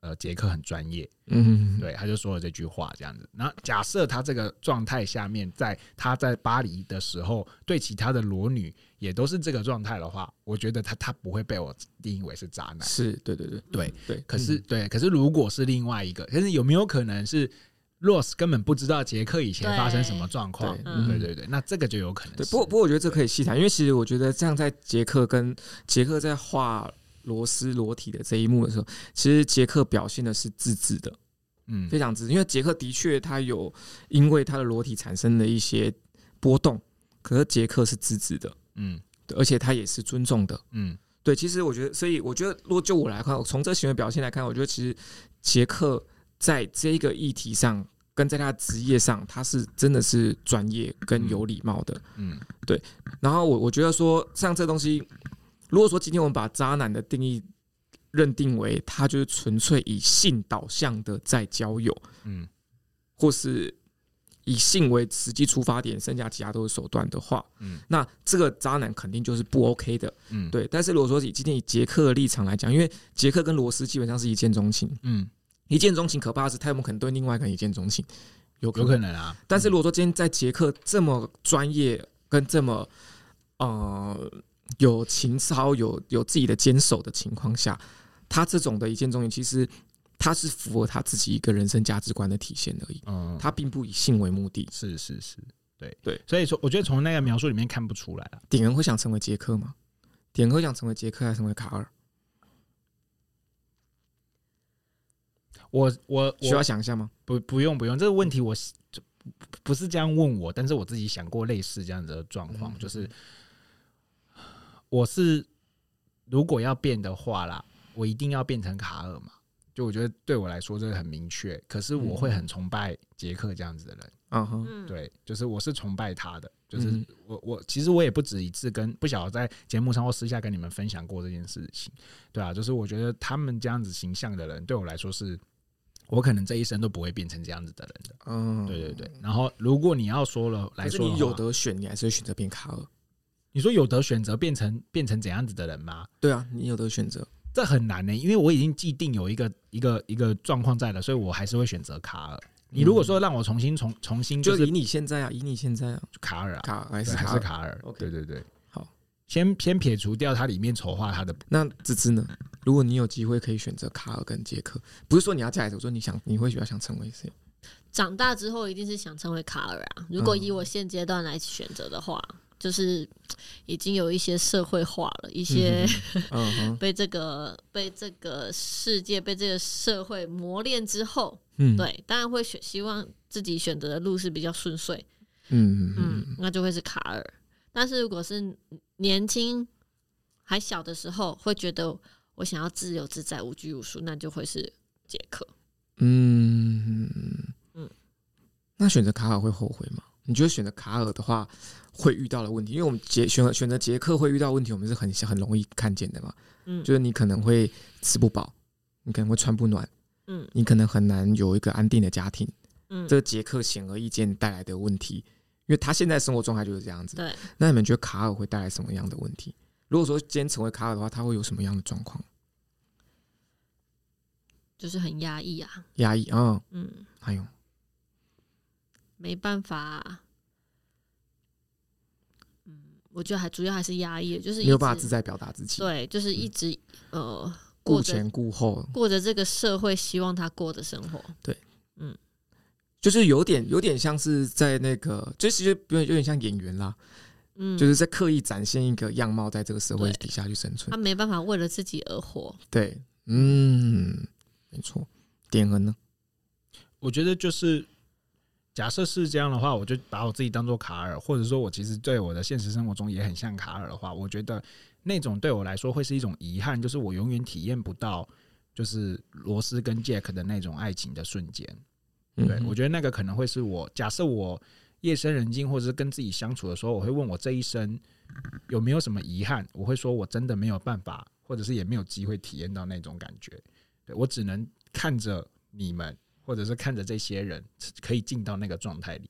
Speaker 3: 呃，杰克很专业，
Speaker 4: 嗯，
Speaker 3: 对，他就说了这句话这样子。然后假设他这个状态下面，在他在巴黎的时候，对其他的裸女也都是这个状态的话，我觉得他他不会被我定义为是渣男。
Speaker 4: 是，对对对
Speaker 3: 对，
Speaker 4: 对。
Speaker 3: 可是、
Speaker 4: 嗯
Speaker 3: 对，可是如果是另外一个，可是有没有可能是 Rose 根本不知道杰克以前发生什么状况？
Speaker 4: 对
Speaker 2: 嗯
Speaker 3: 对对对，那这个就有可能
Speaker 4: 对，
Speaker 3: 是
Speaker 4: 不过不过我觉得这可以细谈，因为其实我觉得这样在杰克跟杰克在画罗斯裸体的这一幕的时候，其实杰克表现的是自制的，
Speaker 3: 嗯
Speaker 4: 非常自制，因为杰克的确他有因为他的裸体产生了一些波动，可是杰克是自制的，
Speaker 3: 嗯
Speaker 4: 对而且他也是尊重的。
Speaker 3: 嗯
Speaker 4: 对，其实我觉得，所以我觉得，如果就我来看，我从这行为表现来看，我觉得其实杰克在这个议题上，跟在他的职业上，他是真的是专业跟有礼貌的。
Speaker 3: 嗯
Speaker 4: 然后我我觉得说，像这东西，如果说今天我们把渣男的定义认定为他就是纯粹以性导向的在交友，
Speaker 3: 嗯
Speaker 4: 或是以性为实际出发点，剩下其他都是手段的话，
Speaker 3: 嗯
Speaker 4: 那这个渣男肯定就是不 OK 的。
Speaker 3: 嗯，
Speaker 4: 对，但是如果说以今天以杰克的立场来讲，因为杰克跟罗斯基本上是一见钟情，
Speaker 3: 嗯，
Speaker 4: 一见钟情可怕的是他有没有可能对另外一个人一见钟情，有可
Speaker 3: 有
Speaker 4: 能。
Speaker 3: 可能啊。
Speaker 4: 但是如果说今天在杰克这么专业跟这么呃有情操、有有自己的坚守的情况下，他这种的一见钟情，其实他是符合他自己一个人生价值观的体现而已，
Speaker 3: 嗯，
Speaker 4: 他并不以性为目的。
Speaker 3: 是是是，对
Speaker 4: 对，
Speaker 3: 所以说我觉得从那个描述里面看不出来啊。
Speaker 4: 顶人会想成为杰克吗？顶人会想成为杰克，还是成为卡尔？
Speaker 3: 我我
Speaker 4: 需要
Speaker 3: 我
Speaker 4: 想一下吗？
Speaker 3: 不不用不用这个问题我是就不不是这样问我，但是我自己想过类似这样子的状况，
Speaker 4: 嗯
Speaker 3: 就是 我是如果要变的话啦，我一定要变成卡尔嘛。就我觉得对我来说这个很明确，可是我会很崇拜杰克这样子的人。
Speaker 4: 嗯哼，
Speaker 2: 嗯，
Speaker 3: 对，就是我是崇拜他的，就是
Speaker 4: 嗯
Speaker 3: 我我其实我也不止一次跟不晓得在节目上或私下跟你们分享过这件事情，对啊，就是我觉得他们这样子形象的人，对我来说是。我可能这一生都不会变成这样子的人的，
Speaker 4: 嗯，
Speaker 3: 对对。对。然后，如果你要说了来
Speaker 4: 可是
Speaker 3: 说的
Speaker 4: 你
Speaker 3: 话，
Speaker 4: 有得选，你还是会选择变卡尔。
Speaker 3: 你说有得选择变成变成怎样子的人吗？
Speaker 4: 对啊，你有得选择。
Speaker 3: 这很难呢、因为我已经既定有一个一个一个状况在了，所以我还是会选择卡尔。你如果说让我重新重重新嗯就
Speaker 4: 嗯就是以你现在啊，以你现在啊，
Speaker 3: 卡尔啊，
Speaker 4: 卡尔还
Speaker 3: 对
Speaker 4: 是
Speaker 3: 还
Speaker 4: 卡
Speaker 3: 是
Speaker 4: 尔。
Speaker 3: 卡尔。
Speaker 4: OK
Speaker 3: 对对对，
Speaker 4: 好，
Speaker 3: 先先撇除掉它里面丑化它的，
Speaker 4: 那芝芝呢？如果你有机会可以选择卡尔跟杰克，不是说你要嫁给谁，我说你想你会比较想成为谁？
Speaker 2: 长大之后一定是想成为卡尔啊。如果以我现阶段来选择的话，就是已经有一些社会化了，一些、
Speaker 4: 嗯哼，
Speaker 2: 被这个被这个世界被这个社会磨练之后，
Speaker 4: 嗯，
Speaker 2: 对，当然会选希望自己选择的路是比较顺遂，
Speaker 4: 嗯，嗯嗯
Speaker 2: 嗯，那就会是卡尔。但是如果是年轻还小的时候，会觉得我我想要自由自在、无拘无束，那就会是杰克。
Speaker 4: 嗯
Speaker 2: 嗯
Speaker 4: 那选择卡尔会后悔吗？你觉得选择卡尔的话会遇到的问题？因为我们杰选选择杰克会遇到的问题，我们是很很容易看见的嘛。
Speaker 2: 嗯，
Speaker 4: 就是你可能会吃不饱，你可能会穿不暖，
Speaker 2: 嗯
Speaker 4: 你可能很难有一个安定的家庭。
Speaker 2: 嗯
Speaker 4: 这，个杰克显而易见带来的问题，因为他现在生活状态就是这样子。
Speaker 2: 对，
Speaker 4: 那你们觉得卡尔会带来什么样的问题？如果说今天成为卡尔的话，他会有什么样的状况？
Speaker 2: 就是很压抑啊，
Speaker 4: 压抑啊、嗯
Speaker 2: 嗯，
Speaker 4: 还有
Speaker 2: 没办法、嗯，我觉得还主要还是压抑，就是一
Speaker 4: 没有办法
Speaker 2: 直
Speaker 4: 自在表达自己，
Speaker 2: 对，就是一直、呃
Speaker 4: 顾
Speaker 2: 过着
Speaker 4: 前顾后，
Speaker 2: 过着这个社会希望他过的生活。
Speaker 4: 就是有点有点像是在那个，就是有点有点像演员啦，
Speaker 2: 嗯，
Speaker 4: 就是在刻意展现一个样貌，在这个社会底下去生
Speaker 2: 他
Speaker 4: 存。
Speaker 2: 没办法为了自己而活。
Speaker 4: 对，嗯，没错。点恩呢？
Speaker 3: 我觉得就是，假设是这样的话，我就把我自己当做卡尔，或者说我其实对我的现实生活中也很像卡尔的话，我觉得那种对我来说会是一种遗憾，就是我永远体验不到就是罗斯跟 Jack 的那种爱情的瞬间。对，
Speaker 4: 嗯
Speaker 3: 我觉得那个可能会是我假设我夜深人静，或者是跟自己相处的时候，我会问我这一生有没有什么遗憾？我会说我真的没有办法，或者是也没有机会体验到那种感觉。对我只能看着你们，或者是看着这些人可以进到那个状态里，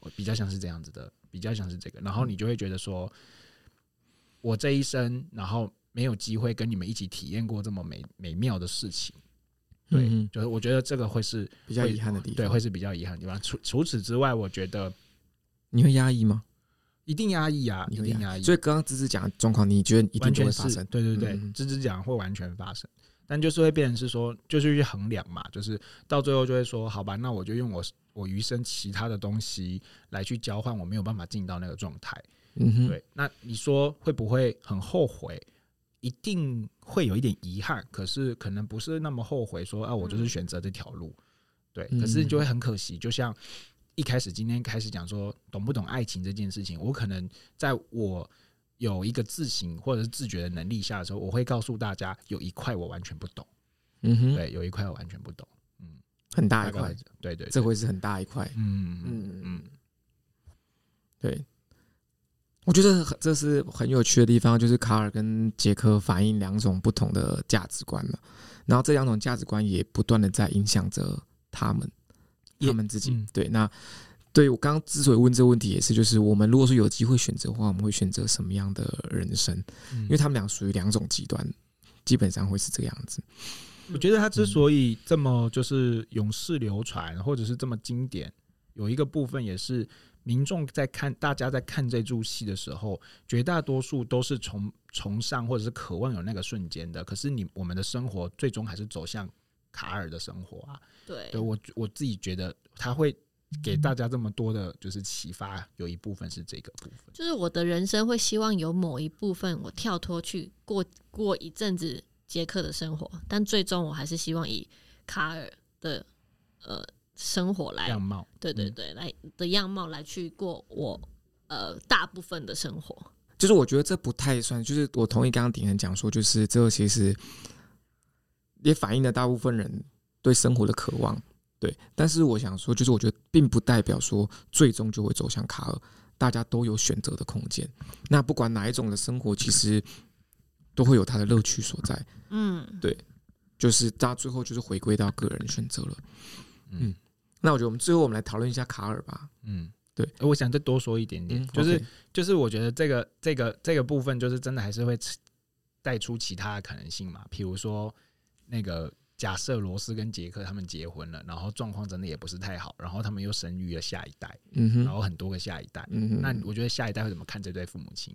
Speaker 3: 我比较像是这样子的，比较像是这个。然后你就会觉得说，我这一生，然后没有机会跟你们一起体验过这么美美妙的事情。对，
Speaker 4: 嗯
Speaker 3: 就是我觉得这个会是
Speaker 4: 比较
Speaker 3: 会
Speaker 4: 遗憾的地方
Speaker 3: 对，会是比较遗憾的地方。除除此之外，我觉得
Speaker 4: 你会压抑吗？
Speaker 3: 一定压抑啊，
Speaker 4: 你
Speaker 3: 一
Speaker 4: 会
Speaker 3: 定压抑，
Speaker 4: 所以刚刚芝芝讲的状况，你觉得一定
Speaker 3: 完
Speaker 4: 就
Speaker 3: 全
Speaker 4: 会
Speaker 3: 是
Speaker 4: 发生？
Speaker 3: 对对对
Speaker 4: 嗯，
Speaker 3: 芝芝讲会完全发生，但就是会变成是说，就是去衡量嘛，就是到最后就会说，好吧，那我就用我我余生其他的东西来去交换，我没有办法进到那个状态。
Speaker 4: 嗯哼，
Speaker 3: 对，那你说会不会很后悔？一定会有一点遗憾，可是可能不是那么后悔
Speaker 4: 嗯
Speaker 3: 说啊，我就是选择这条路。对，可是就会很可惜。就像一开始今天开始讲说懂不懂爱情这件事情，我可能在我有一个自省或者是自觉的能力下的时候，我会告诉大家有一块我完全不懂，
Speaker 4: 嗯哼，
Speaker 3: 对，有一块我完全不懂，嗯，
Speaker 4: 很大
Speaker 3: 大
Speaker 4: 一
Speaker 3: 概
Speaker 4: 块
Speaker 3: 会，对对，
Speaker 4: 这
Speaker 3: 对
Speaker 4: 会是很大一块。
Speaker 3: 嗯嗯
Speaker 4: 嗯嗯
Speaker 3: 嗯，
Speaker 4: 对。我觉得很这是很有趣的地方，就是卡尔跟杰克反映两种不同的价值观嘛，然后这两种价值观也不断的在影响着他们，
Speaker 3: 也
Speaker 4: 他们自己。
Speaker 3: 嗯
Speaker 4: 对，那对我刚刚之所以问这个问题，也是就是我们如果说有机会选择的话，我们会选择什么样的人生？
Speaker 3: 嗯
Speaker 4: 因为他们俩属于两种极端，基本上会是这个样子。
Speaker 3: 我觉得它之所以这么就是永世流传，或者是这么经典，有一个部分也是民众在看，大家在看这出戏的时候，绝大多数都是崇崇尚或者是渴望有那个瞬间的。可是你我们的生活最终还是走向卡尔的生活啊。
Speaker 2: 对，
Speaker 3: 对我我自己觉得他会给大家这么多的就是启发，有一部分是这个部分。
Speaker 2: 就是我的人生会希望有某一部分我跳脱去过过一阵子捷克的生活，但最终我还是希望以卡尔的呃生活来
Speaker 3: 样，貌，
Speaker 2: 对对
Speaker 3: 嗯
Speaker 2: 对，来的样貌来去过我呃大部分的生活。
Speaker 4: 就是我觉得这不太算，就是我同意刚刚鼎恒讲说，就是这其实也反映了大部分人对生活的渴望，对。但是我想说，就是我觉得并不代表说最终就会走向卡尔，大家都有选择的空间。那不管哪一种的生活，其实都会有它的乐趣所在，
Speaker 2: 嗯，
Speaker 4: 就是到最后就是回归到个人选择了。
Speaker 3: 嗯
Speaker 4: 那我觉得我们最后我们来讨论一下卡尔吧，
Speaker 3: 嗯，
Speaker 4: 对
Speaker 3: 呃。我想再多说一点点，嗯就是。
Speaker 4: 嗯 OK
Speaker 3: 就是我觉得这个这个这个部分，就是真的还是会带出其他的可能性嘛。比如说，那个假设罗斯跟杰克他们结婚了，然后状况真的也不是太好，然后他们又生育了下一代，
Speaker 4: 嗯
Speaker 3: 然
Speaker 4: 哼，
Speaker 3: 后很多个下一代。
Speaker 4: 嗯哼，
Speaker 3: 那我觉得下一代会怎么看这对父母亲？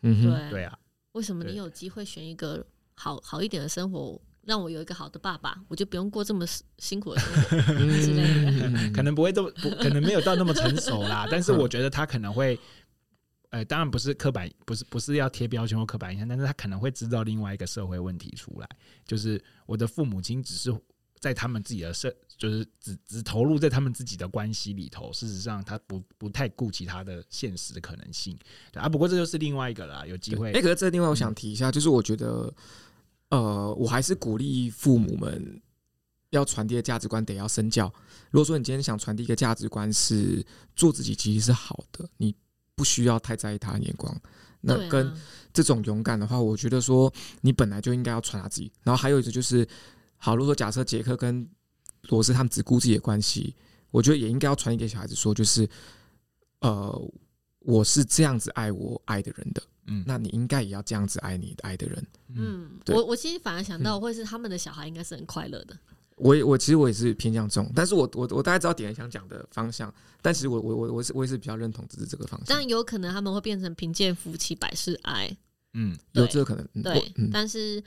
Speaker 4: 嗯
Speaker 2: 对，
Speaker 4: 哼，
Speaker 3: 对啊，
Speaker 2: 为什么
Speaker 3: 对
Speaker 2: 你有机会选一个好好一点的生活，让我有一个好的爸爸，我就不用过这么辛苦的生 活？啊之类
Speaker 4: 的
Speaker 3: 可能不会这么不，可能没有到那么成熟 啦。但是我觉得他可能会，呃，当然不是刻板，不是不是要贴标签或刻板印象，但是他可能会知道另外一个社会问题出来，就是我的父母亲只是在他们自己的社，就是只只投入在他们自己的关系里头，事实上他不不太顾及他的现实可能性对啊。不过这就是另外一个啦，有机会
Speaker 4: 哎、，可是这另外我想提一下，就是我觉得呃，我还是鼓励父母们要传递的价值观得要身教。如果说你今天想传递一个价值观是做自己其实是好的，你不需要太在意他的眼光。那
Speaker 2: 对啊
Speaker 4: 跟
Speaker 3: 嗯
Speaker 4: 这种勇敢的话，我觉得说你本来就应该要传达自己。然后还有一个就是，好，如果说假设杰克跟罗斯他们只顾自己的关系，我觉得也应该要传递给小孩子说，就是呃，我是这样子爱我爱的人的，
Speaker 3: 嗯
Speaker 4: 那你应该也要这样子爱你爱的人。
Speaker 2: 嗯，
Speaker 4: 对
Speaker 2: 我我其实反而想
Speaker 3: 嗯
Speaker 2: 到会是他们的小孩应该是很快乐的，
Speaker 4: 我也我其实我也是偏向这种，但是我我我大概知道点想讲的方向，但其实我我我我是我也是比较认同只是这个方向
Speaker 2: 但，有可能他们会变成贫贱夫妻百事哀，
Speaker 3: 嗯，
Speaker 4: 有
Speaker 2: 对
Speaker 4: 这个可能。嗯
Speaker 2: 对
Speaker 4: 我。嗯
Speaker 2: 但是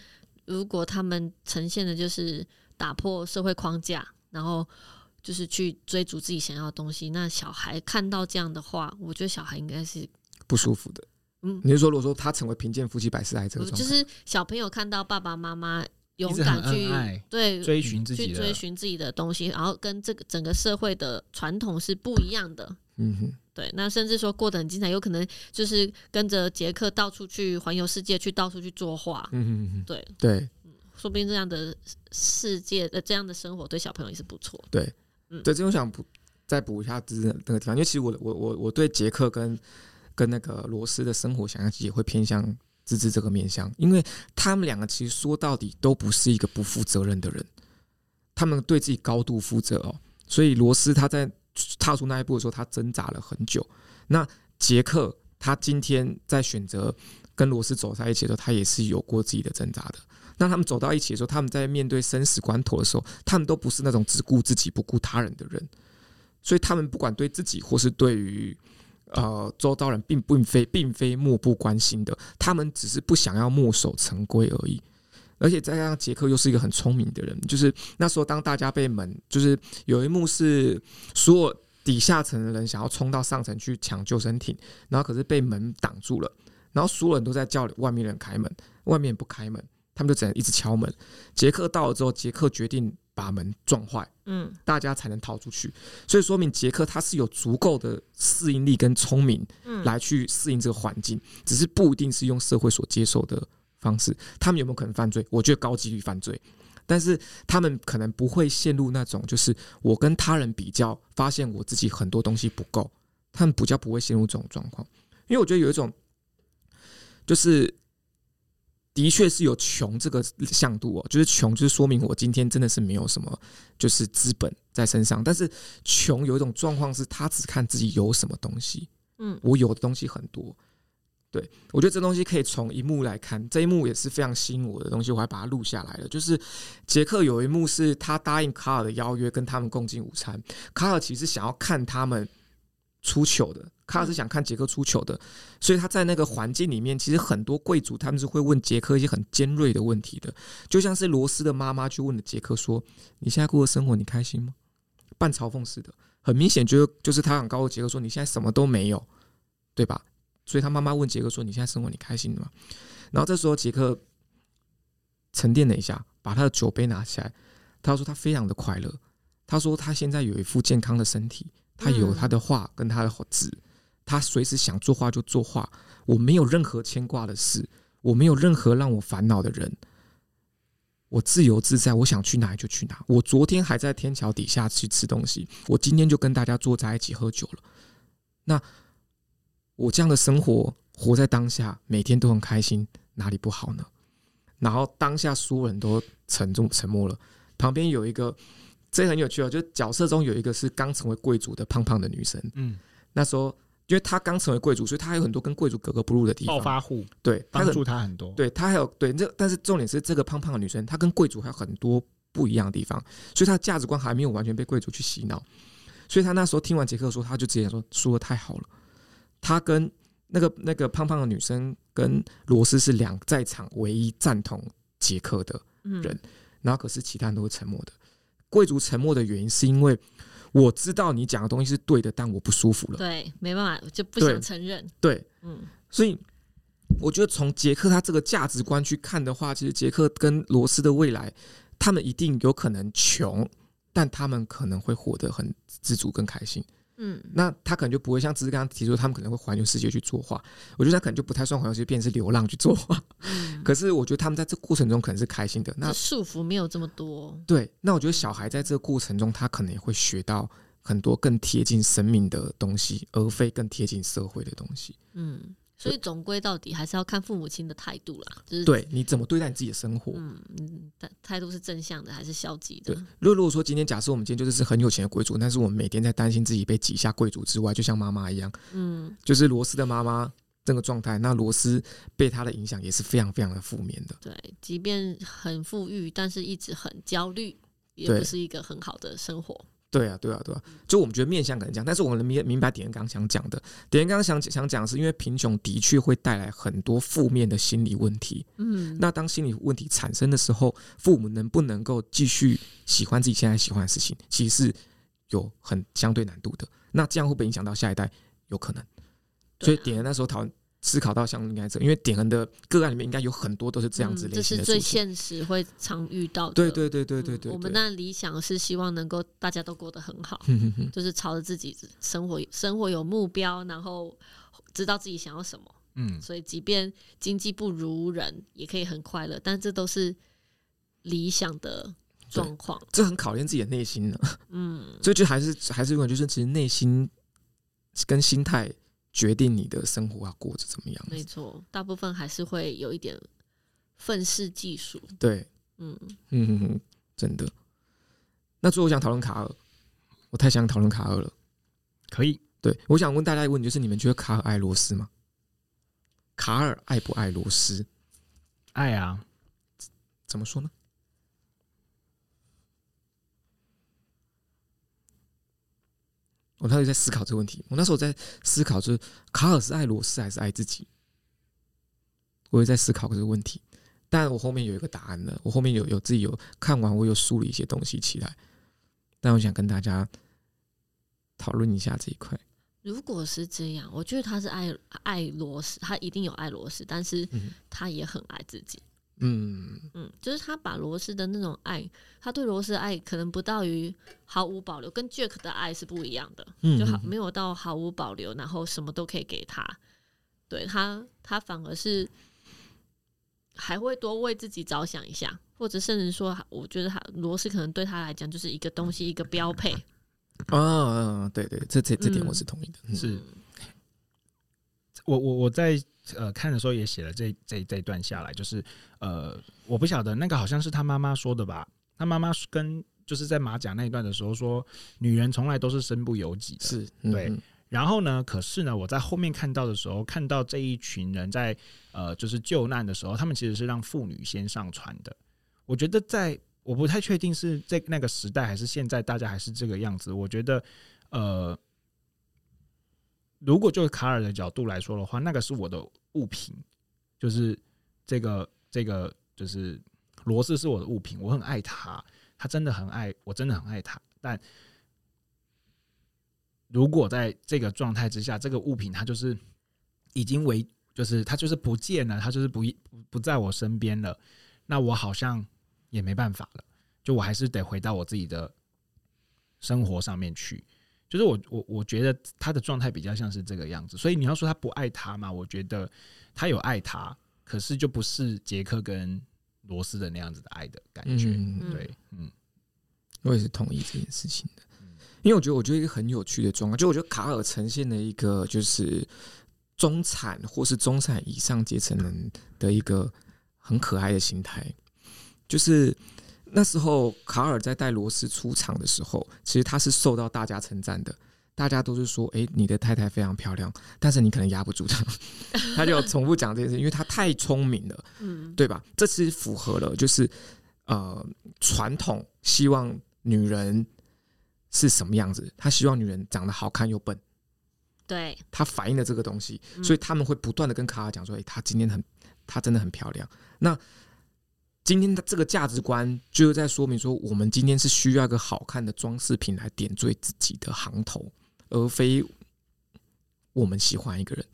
Speaker 2: 如果他们呈现的就是打破社会框架，然后就是去追逐自己想要的东西，那小孩看到这样的话，我觉得小孩应该是
Speaker 4: 不舒服的。
Speaker 2: 嗯
Speaker 4: 你是说如果说他成为贫贱夫妻百事哀这个状态，
Speaker 2: 就是小朋友看到爸爸妈妈勇
Speaker 3: 一直很
Speaker 2: 敢去
Speaker 3: 恩爱，
Speaker 2: 对
Speaker 3: 追寻自己
Speaker 2: 去
Speaker 3: 的
Speaker 2: 追寻自己的东西，然后跟这个整个社会的传统是不一样的。
Speaker 4: 嗯哼。
Speaker 2: 对，那甚至说过得很精彩，有可能就是跟着杰克到处去环游世界，去到处去作画。
Speaker 4: 嗯嗯，
Speaker 2: 对，
Speaker 4: 对
Speaker 2: 说不定这样的世界呃这样的生活对小朋友也是不错。
Speaker 4: 对，这我想补再补一下就是那个地方，因为其实我的我我我对杰克跟跟那个罗斯的生活想象其实也会偏向芝芝这个面向，因为他们两个其实说到底都不是一个不负责任的人，他们对自己高度负责哦，所以罗斯他在踏出那一步的时候，他挣扎了很久。那杰克他今天在选择跟罗斯走在一起的时候，他也是有过自己的挣扎的。那他们走到一起的时候，他们在面对生死关头的时候，他们都不是那种只顾自己不顾他人的人，所以他们不管对自己或是对于呃周遭人，并并非并非漠不关心的，他们只是不想要墨守成规而已。而且再加上杰克又是一个很聪明的人，就是那时候当大家被门，就是有一幕是所有底下层的人想要冲到上层去抢救生艇，然后可是被门挡住了，然后所有人都在叫外面人开门，外面不开门，他们就只能一直敲门。杰克到了之后，杰克决定把门撞坏，
Speaker 2: 嗯，
Speaker 4: 大家才能逃出去。所以说明杰克他是有足够的适应力跟聪明，
Speaker 2: 嗯
Speaker 4: 来去适应这个环境，只是不一定是用社会所接受的方式。他们有没有可能犯罪？我觉得高几率犯罪，但是他们可能不会陷入那种就是我跟他人比较，发现我自己很多东西不够，他们比较不会陷入这种状况。因为我觉得有一种，就是的确是有穷这个向度哦，就是穷就是说明我今天真的是没有什么就是资本在身上，但是穷有一种状况是他只看自己有什么东西，
Speaker 2: 嗯
Speaker 4: 我有的东西很多。对，我觉得这东西可以从一幕来看，这一幕也是非常吸引我的东西，我还把它录下来了。就是杰克有一幕是他答应卡尔的邀约，跟他们共进午餐。卡尔其实想要看他们出糗的，卡尔是想看杰克出糗的，所以他在那个环境里面，其实很多贵族他们是会问杰克一些很尖锐的问题的，就像是罗斯的妈妈去问了杰克说：“你现在过的生活你开心吗？”半嘲讽似的，很明显就是就是他想告诉杰克说：“你现在什么都没有，对吧？”所以他妈妈问杰克说：“你现在生活你开心吗？”然后这时候杰克沉淀了一下，把他的酒杯拿起来，他说他非常的快乐。他说他现在有一副健康的身体，他有
Speaker 2: 嗯
Speaker 4: 他的画跟他的纸，他随时想作画就作画，我没有任何牵挂的事，我没有任何让我烦恼的人，我自由自在，我想去哪里就去哪。我昨天还在天桥底下去吃东西，我今天就跟大家坐在一起喝酒了。那我这样的生活，活在当下，每天都很开心，哪里不好呢？然后当下所有人都沉重沉默了，旁边有一个，这很有趣哦，就是角色中有一个是刚成为贵族的胖胖的女生，
Speaker 3: 嗯，
Speaker 4: 那时候因为她刚成为贵族，所以她有很多跟贵族格格不入的地方，
Speaker 3: 暴发户
Speaker 4: 对，她
Speaker 3: 帮
Speaker 4: 很
Speaker 3: 助他很多，，
Speaker 4: 对她还有对这，但是重点是这个胖胖的女生，她跟贵族还有很多不一样的地方，所以她的价值观还没有完全被贵族去洗脑。所以她那时候听完杰克说，她就直接讲说说的太好了。她跟那个那个胖胖的女生跟罗斯是两在场唯一赞同杰克的，
Speaker 2: 嗯
Speaker 4: 人然后可是其他人都是沉默的。贵族沉默的原因是因为我知道你讲的东西是对的，但我不舒服了。
Speaker 2: 对，没办法，我就不
Speaker 4: 对
Speaker 2: 想承认。
Speaker 4: 对，
Speaker 2: 嗯，
Speaker 4: 所以我觉得从杰克他这个价值观去看的话，其实杰克跟罗斯的未来，他们一定有可能穷，但他们可能会活得很知足跟开心。
Speaker 5: 嗯
Speaker 4: 那他可能就不会像芝芝刚刚提出，他们可能会环游世界去作画。我觉得他可能就不太算环游世界，变成是流浪去作画。可是我觉得他们在这过程中可能是开心的。那
Speaker 2: 这束缚没有这么多，
Speaker 4: 对，那我觉得小孩在这个过程中，他可能也会学到很多更贴近生命的东西，而非更贴近社会的东西。
Speaker 2: 嗯，所以总归到底还是要看父母亲的态度啦，就是，
Speaker 4: 对，你怎么对待你自己的生活？
Speaker 2: 嗯嗯，态态度是正向的还是消极
Speaker 4: 对
Speaker 2: 的？，
Speaker 4: 如果如果说今天假设我们今天就是很有钱的贵族，但是我们每天在担心自己被挤下贵族之外，就像妈妈一样，
Speaker 2: 嗯，
Speaker 4: 就是罗斯的妈妈这个状态，那罗斯被她的影响也是非常非常的负面的。
Speaker 2: 对，即便很富裕，但是一直很焦虑，也
Speaker 4: 对
Speaker 2: 不是一个很好的生活。
Speaker 4: 对啊，对啊，对啊，就我们觉得面向可能这样，但是我们明明白点恩刚想讲的，点恩刚想想讲的是因为贫穷的确会带来很多负面的心理问题，
Speaker 2: 嗯，
Speaker 4: 那当心理问题产生的时候，父母能不能够继续喜欢自己现在喜欢的事情，其实是有很相对难度的。那这样会不会影响到下一代？有可能。
Speaker 2: 对
Speaker 4: 所以
Speaker 2: 啊
Speaker 4: 点恩那时候讨论思考到像应该这，因为点恩的个案里面应该有很多都是这样子
Speaker 2: 嗯这
Speaker 4: 类型
Speaker 2: 是
Speaker 4: 的
Speaker 2: 最
Speaker 4: 族群。
Speaker 2: 现实会常遇到的。
Speaker 4: 对对对对
Speaker 2: 嗯
Speaker 4: 对对，
Speaker 2: 我们
Speaker 4: 对
Speaker 2: 那理想是希望能够大家都过得很好，
Speaker 4: 哼哼哼
Speaker 2: 就是朝着自己生活生活有目标，然后知道自己想要什么。
Speaker 3: 嗯，
Speaker 2: 所以即便经济不如人，也可以很快乐。但这都是理想的状况。
Speaker 4: 这很考验自己的内心呢。
Speaker 2: 嗯，
Speaker 4: 所以就还是还是永远就是，其实内心跟心态决定你的生活要过着怎么样
Speaker 2: 没
Speaker 4: 子。
Speaker 2: 错，大部分还是会有一点愤世嫉俗。
Speaker 4: 对，
Speaker 2: 嗯，
Speaker 4: 嗯哼哼，真的。那最后我想讨论卡尔，我太想讨论卡尔了。
Speaker 3: 可以，
Speaker 4: 对，我想问大家一个问题，就是你们觉得卡尔爱罗斯吗？卡尔爱不爱罗斯？
Speaker 3: 爱啊，
Speaker 4: 怎么说呢？我那哦时候在思考这个问题，我那时候在思考，就是卡尔是爱罗斯还是爱自己？我也在思考这个问题，但我后面有一个答案了，我后面有有自己有看完，我有梳理一些东西起来，但我想跟大家讨论一下这一块。
Speaker 2: 如果是这样，我觉得他是爱爱罗斯，他一定有爱罗斯，但是
Speaker 4: 嗯
Speaker 2: 他也很爱自己。
Speaker 4: 嗯，
Speaker 2: 嗯，就是他把罗斯的那种爱，他对罗斯的爱可能不到于毫无保留，跟 Jack 的爱是不一样的，
Speaker 4: 嗯
Speaker 2: 就好没有到毫无保留，然后什么都可以给他。对他，他反而是还会多为自己着想一下，或者甚至说，我觉得他罗斯可能对他来讲就是一个东西，一个标配。
Speaker 4: 啊，对对，这这这点我 是同意的。嗯
Speaker 3: 是我我我在呃看的时候也写了这这这一段下来，就是呃，我不晓得那个好像是他妈妈说的吧？他妈妈跟就是在马甲那一段的时候说，女人从来都是身不由己的。
Speaker 4: 是，嗯
Speaker 3: 对
Speaker 4: 嗯
Speaker 3: 然后呢，可是呢，我在后面看到的时候，看到这一群人在呃，就是救难的时候，他们其实是让妇女先上船的。我觉得在我不太确定是这那个时代还是现在，大家还是这个样子。我觉得，呃，如果就卡尔的角度来说的话，那个是我的物品，就是这个这个就是罗斯是我的物品，我很爱他，他真的很爱我，真的很爱他，但。如果在这个状态之下，这个物品它就是已经为，就是它就是不见了，它就是不不不在我身边了，那我好像也没办法了，就我还是得回到我自己的生活上面去。就是我我我觉得他的状态比较像是这个样子，所以你要说他不爱他嘛，我觉得他有爱他，可是就不是杰克跟罗斯的那样子的爱的感觉。
Speaker 4: 嗯
Speaker 2: 嗯
Speaker 3: 对，嗯
Speaker 4: 我也是同意这件事情的，因为我觉得我觉得一个很有趣的状况，就我觉得卡尔呈现了一个就是中产或是中产以上阶层人的一个很可爱的心态，就是。那时候卡尔在带罗斯出场的时候，其实他是受到大家称赞的，大家都是说：“诶，你的太太非常漂亮。”但是你可能压不住她， 他就重复讲这件事，因为他太聪明了。
Speaker 2: 嗯，
Speaker 4: 对吧？这是符合了，就是呃传统希望女人是什么样子，他希望女人长得好看又笨，
Speaker 2: 对，
Speaker 4: 他反映了这个东西，
Speaker 2: 嗯
Speaker 4: 所以他们会不断的跟卡尔讲说，诶，她今天很，她真的很漂亮。那今天的这个价值观就是在说明说，我们今天是需要一个好看的装饰品来点缀自己的行头，而非我们喜欢一个人，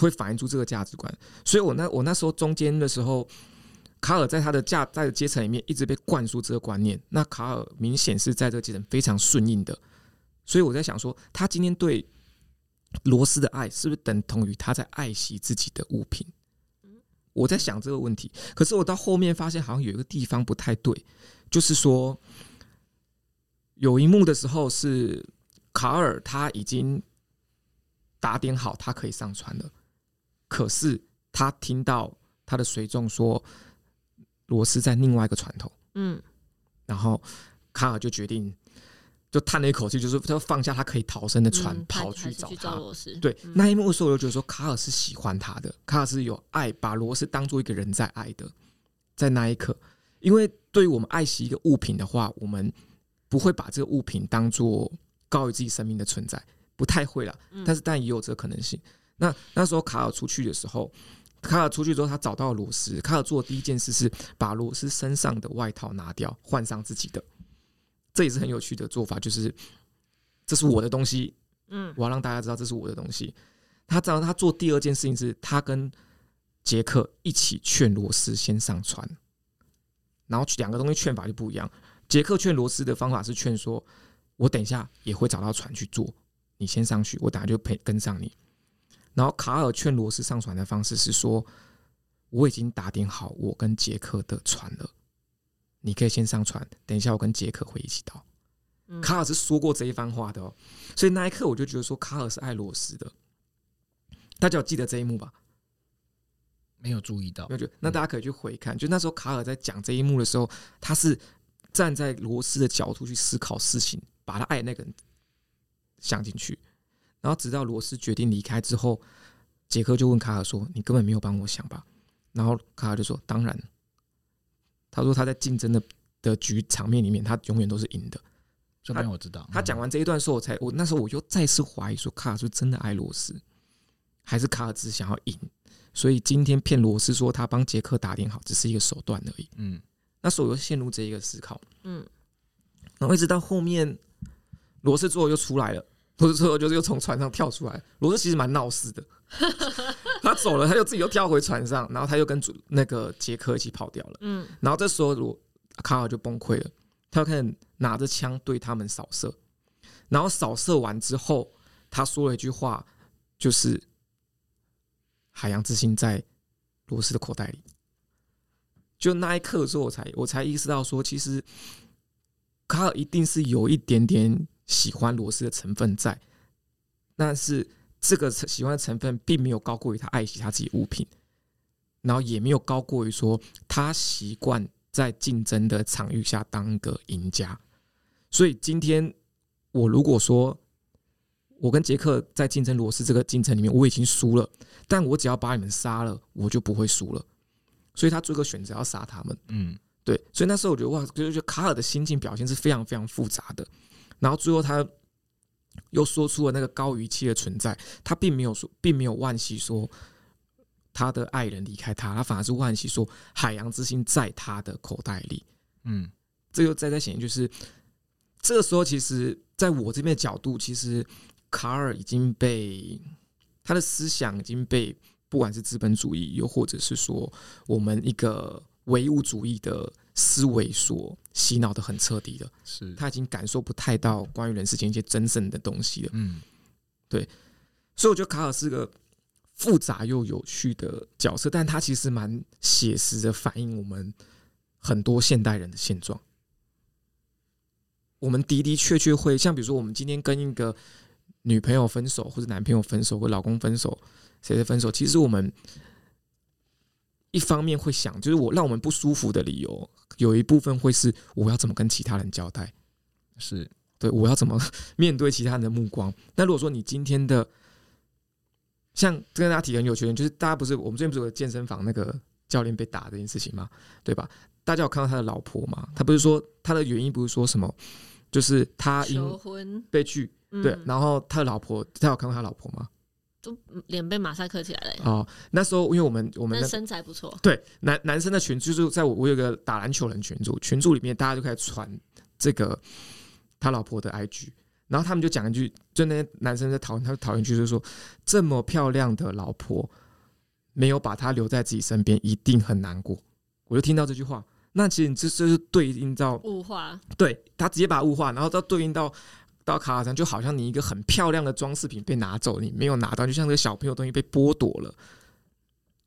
Speaker 4: 会反映出这个价值观。所以我那我那时候中间的时候，卡尔在他的价在阶层里面一直被灌输这个观念，那卡尔明显是在这个阶层非常顺应的，所以我在想说，他今天对罗斯的爱是不是等同于他在爱惜自己的物品？我在想这个问题，可是我到后面发现好像有一个地方不太对，就是说有一幕的时候是卡尔他已经打点好他可以上船了，可是他听到他的随众说罗斯在另外一个船头，
Speaker 2: 嗯，
Speaker 4: 然后卡尔就决定就叹了一口气，就是他放下他可以逃生的船，
Speaker 2: 嗯
Speaker 4: 跑
Speaker 2: 他还
Speaker 4: 去
Speaker 2: 是
Speaker 4: 找
Speaker 2: 去
Speaker 4: 他
Speaker 2: 找。罗斯，
Speaker 4: 对，
Speaker 2: 嗯
Speaker 4: 那一幕的时候，我就觉得说卡尔是喜欢他的，卡尔是有爱，把罗斯当做一个人在爱的，在那一刻，因为对于我们爱惜一个物品的话，我们不会把这个物品当做高于自己生命的存在，不太会啦。
Speaker 2: 嗯
Speaker 4: 但是但也有这个可能性。那那时候卡尔出去的时候，卡尔出去之后，他找到了罗斯，卡尔做的第一件事是把罗斯身上的外套拿掉，换上自己的，这也是很有趣的做法，就是这是我的东西，
Speaker 2: 嗯
Speaker 4: 我要让大家知道这是我的东西。他这样，他做第二件事情是，他跟杰克一起劝罗斯先上船，然后两个东西劝法就不一样。杰克劝罗斯的方法是劝说，我等一下也会找到船去坐，你先上去，我等下就陪跟上你。然后卡尔劝罗斯上船的方式是说，我已经打点好我跟杰克的船了，你可以先上船，等一下我跟杰克会一起到。
Speaker 2: 嗯
Speaker 4: 卡尔是说过这一番话的哦，所以那一刻我就觉得说卡尔是爱罗斯的。大家有记得这一幕吧？
Speaker 3: 没有注意到
Speaker 4: 我觉得那大家可以去回看，就那时候卡尔在讲这一幕的时候，他是站在罗斯的角度去思考事情，把他爱的那个人想进去，然后直到罗斯决定离开之后，杰克就问卡尔说：“你根本没有帮我想吧？”然后卡尔就说：“当然。”他说他在竞争的的局场面里面，他永远都是赢的。
Speaker 3: 这边我知道。
Speaker 4: 他讲完这一段的时候，我才我那时候我又再次怀疑说，卡尔是不是真的爱罗斯，还是卡尔只是想要赢？所以今天骗罗斯说他帮杰克打点好，只是一个手段而已。
Speaker 3: 嗯，
Speaker 4: 那时候我又陷入这一个思考，
Speaker 2: 嗯
Speaker 4: 然后一直到后面罗斯最后又出来了，不是最后就是又从船上跳出来。罗斯其实蛮闹事的， 他走了，他就自己又跳回船上，然后他又跟主那个杰克一起跑掉了。
Speaker 2: 嗯
Speaker 4: 然后这时候罗卡尔就崩溃了，他就开始拿着枪对他们扫射，然后扫射完之后，他说了一句话，就是“海洋之心在罗斯的口袋里”。就那一刻之后，我才我才意识到说，其实卡尔一定是有一点点喜欢罗斯的成分在，但是这个喜欢的成分并没有高过于他爱惜他自己物品，然后也没有高过于说他习惯在竞争的场域下当个赢家。所以今天我如果说我跟杰克在竞争罗斯这个竞争里面我已经输了，但我只要把你们杀了，我就不会输了。所以他做一个选择要杀他们。
Speaker 3: 嗯，
Speaker 4: 对，所以那时候我觉得哇，就是觉得卡尔的心境表现是非常非常复杂的。然后最后他又说出了那个高于期的存在，他并没有说，并没有惋惜说他的爱人离开他，他反而是惋惜说海洋之心在他的口袋里。
Speaker 3: 嗯
Speaker 4: 这又再再显现，就是这个时候，其实在我这边的角度，其实卡尔已经被他的思想已经被不管是资本主义，又或者是说我们一个唯物主义的思维所洗脑的很彻底了，
Speaker 3: 是，
Speaker 4: 他已经感受不太到关于人世间一些真正的东西了。
Speaker 3: 嗯
Speaker 4: 所以我觉得卡尔是个复杂又有趣的角色，但他其实蛮写实的反映我们很多现代人的现状。我们的的确确会像比如说，我们今天跟一个女朋友分手，或者男朋友分手，或者老公分手，谁谁分手，其实我们一方面会想，就是我让我们不舒服的理由，有一部分会是我要怎么跟其他人交代。
Speaker 3: 是，
Speaker 4: 对我要怎么 面对其他人的目光？那如果说你今天的，像跟大家提很有趣的，就是大家不是我们最近不是有个健身房那个教练被打这件事情嘛，对吧？大家有看到他的老婆吗？他不是说他的原因不是说什么，就是他因
Speaker 2: 求婚，
Speaker 4: 被拒对，
Speaker 2: 嗯
Speaker 4: 然后他的老婆，他有看过他老婆吗？
Speaker 2: 就嗯脸被马赛克起来了，
Speaker 4: 哦，那时候因为我们我们
Speaker 2: 但
Speaker 4: 那
Speaker 2: 身材不错，
Speaker 4: 对男男生的群组，就是在我我有个打篮球人群组，群组里面大家就开始传这个他老婆的 IG，然后他们就讲一句，就那些男生在讨论，他就讨论一句，就是说这么漂亮的老婆没有把她留在自己身边，一定很难过。我就听到这句话，那其实你这这就是对应到
Speaker 2: 物化，
Speaker 4: 对他直接把它物化，然后到对应到到卡卡山就好像你一个很漂亮的装饰品被拿走，你没有拿到，就像这个小朋友东西被剥夺了。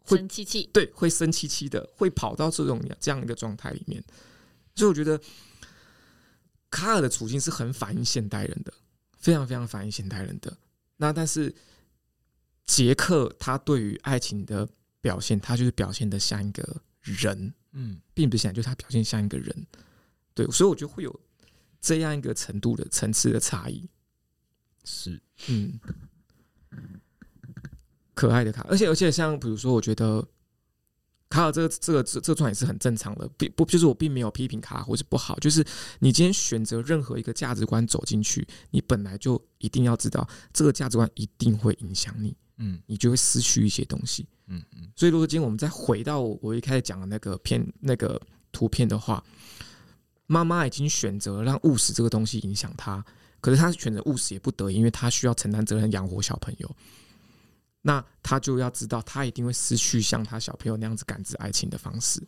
Speaker 4: 会
Speaker 2: 生气气，
Speaker 4: 对，会生气气的，会跑到这种这样一个状态里面。所以我觉得卡尔的处境是很反映现代人的，非常非常反映现代人的。那但是杰克他对于爱情的表现，他就是表现的像一个人，
Speaker 3: 嗯，
Speaker 4: 并不是像，就是他表现像一个人。对，所以我觉得会有这样一个程度的层次的差异。
Speaker 3: 是，
Speaker 4: 嗯，可爱的卡，而且而且像比如说，我觉得卡尔这个这个这这段也是很正常的，并不就是我并没有批评卡尔或是不好，就是你今天选择任何一个价值观走进去，你本来就一定要知道这个价值观一定会影响你，
Speaker 3: 嗯
Speaker 4: 你就会失去一些东西。
Speaker 3: 嗯嗯
Speaker 4: 所以如果今天我们再回到我一开始讲的那个片那个图片的话，妈妈已经选择让务实这个东西影响她，可是她选择务实也不得已，因为她需要承担责任养活小朋友。那她就要知道，她一定会失去像她小朋友那样子感知爱情的方式，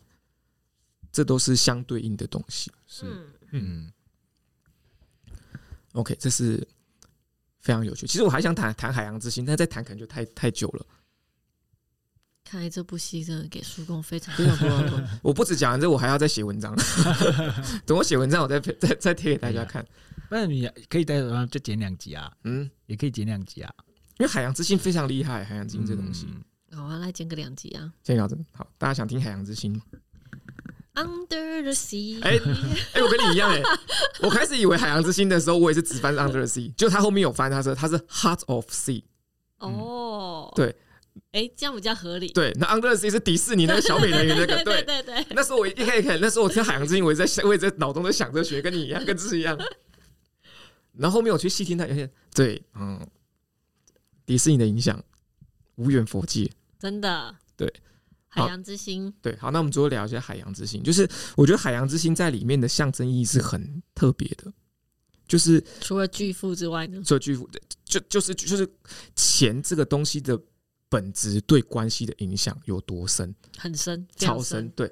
Speaker 4: 这都是相对应的东西。
Speaker 3: 是，
Speaker 2: 嗯，
Speaker 3: 嗯
Speaker 4: OK，这是非常有趣。其实我还想谈谈《海洋之心》，但再谈可能就太太久了。
Speaker 2: 看来这部戏真的给叔公非常
Speaker 4: 非常不容易我不止讲完这，我还要再写文章。等我写文章，我再配再再贴给大家看。
Speaker 3: 那你可以再呃再剪两集啊，
Speaker 4: 嗯，
Speaker 3: 也可以剪两集啊，
Speaker 4: 因为海洋之心非常厉害，海洋之心这东西。
Speaker 3: 嗯
Speaker 2: 好啊，来剪个两集啊
Speaker 4: 先聊这，好，大家想听海洋之心吗？
Speaker 2: ，Under the Sea，
Speaker 4: 哎哎、我跟你一样哎、我开始以为海洋之心的时候，我也是只翻 Under the Sea，就他后面有翻，他说他是 Heart of Sea，
Speaker 2: 哦，
Speaker 4: 嗯对，
Speaker 2: 哎，这样比较合理，
Speaker 4: 对，那 Under the Sea 是迪士尼那个小美人鱼那 个，
Speaker 2: 对
Speaker 4: 对。
Speaker 2: 对对，
Speaker 4: 那时候我一开始看，那时候我听海洋之心，我也在想，我也在脑中在想着学，跟你一样，跟志一样。然后后面我去细听他，有点对，嗯，迪士尼的影响无远佛界。
Speaker 2: 真的，
Speaker 4: 对，
Speaker 2: 海
Speaker 4: 好
Speaker 2: 洋之心，
Speaker 4: 对，好，那我们最后聊一下海洋之心，就是我觉得海洋之心在里面的象征意义是很特别的，就是
Speaker 2: 除了巨富之外呢，
Speaker 4: 这句就就是就是钱这个东西的本质对关系的影响有多深，
Speaker 2: 很深，非常
Speaker 4: 超深，，对。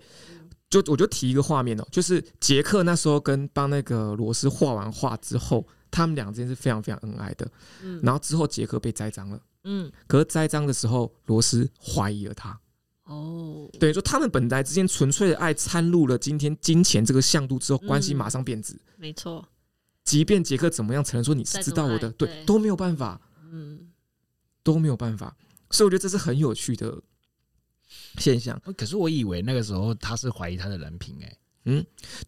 Speaker 4: 就我就提一个画面哦，就是杰克那时候跟帮那个罗斯画完画之后，他们俩之间是非常非常恩爱的。
Speaker 2: 嗯
Speaker 4: 然后之后杰克被栽赃了，
Speaker 2: 嗯，
Speaker 4: 可是栽赃的时候，罗斯怀疑了他，
Speaker 2: 哦，
Speaker 4: 等于说他们本来之间纯粹的爱掺入了今天金钱这个向度之后，
Speaker 2: 嗯
Speaker 4: 关系马上变质。
Speaker 2: 没错，
Speaker 4: 即便杰克怎么样承认说你是知道我
Speaker 2: 再怎
Speaker 4: 的，
Speaker 2: 么爱
Speaker 4: 对
Speaker 2: 对，
Speaker 4: 都没有办法，
Speaker 2: 嗯，
Speaker 4: 都没有办法。所以我觉得这是很有趣的现象，
Speaker 3: 哦可是我以为那个时候他是怀疑他的人品哎，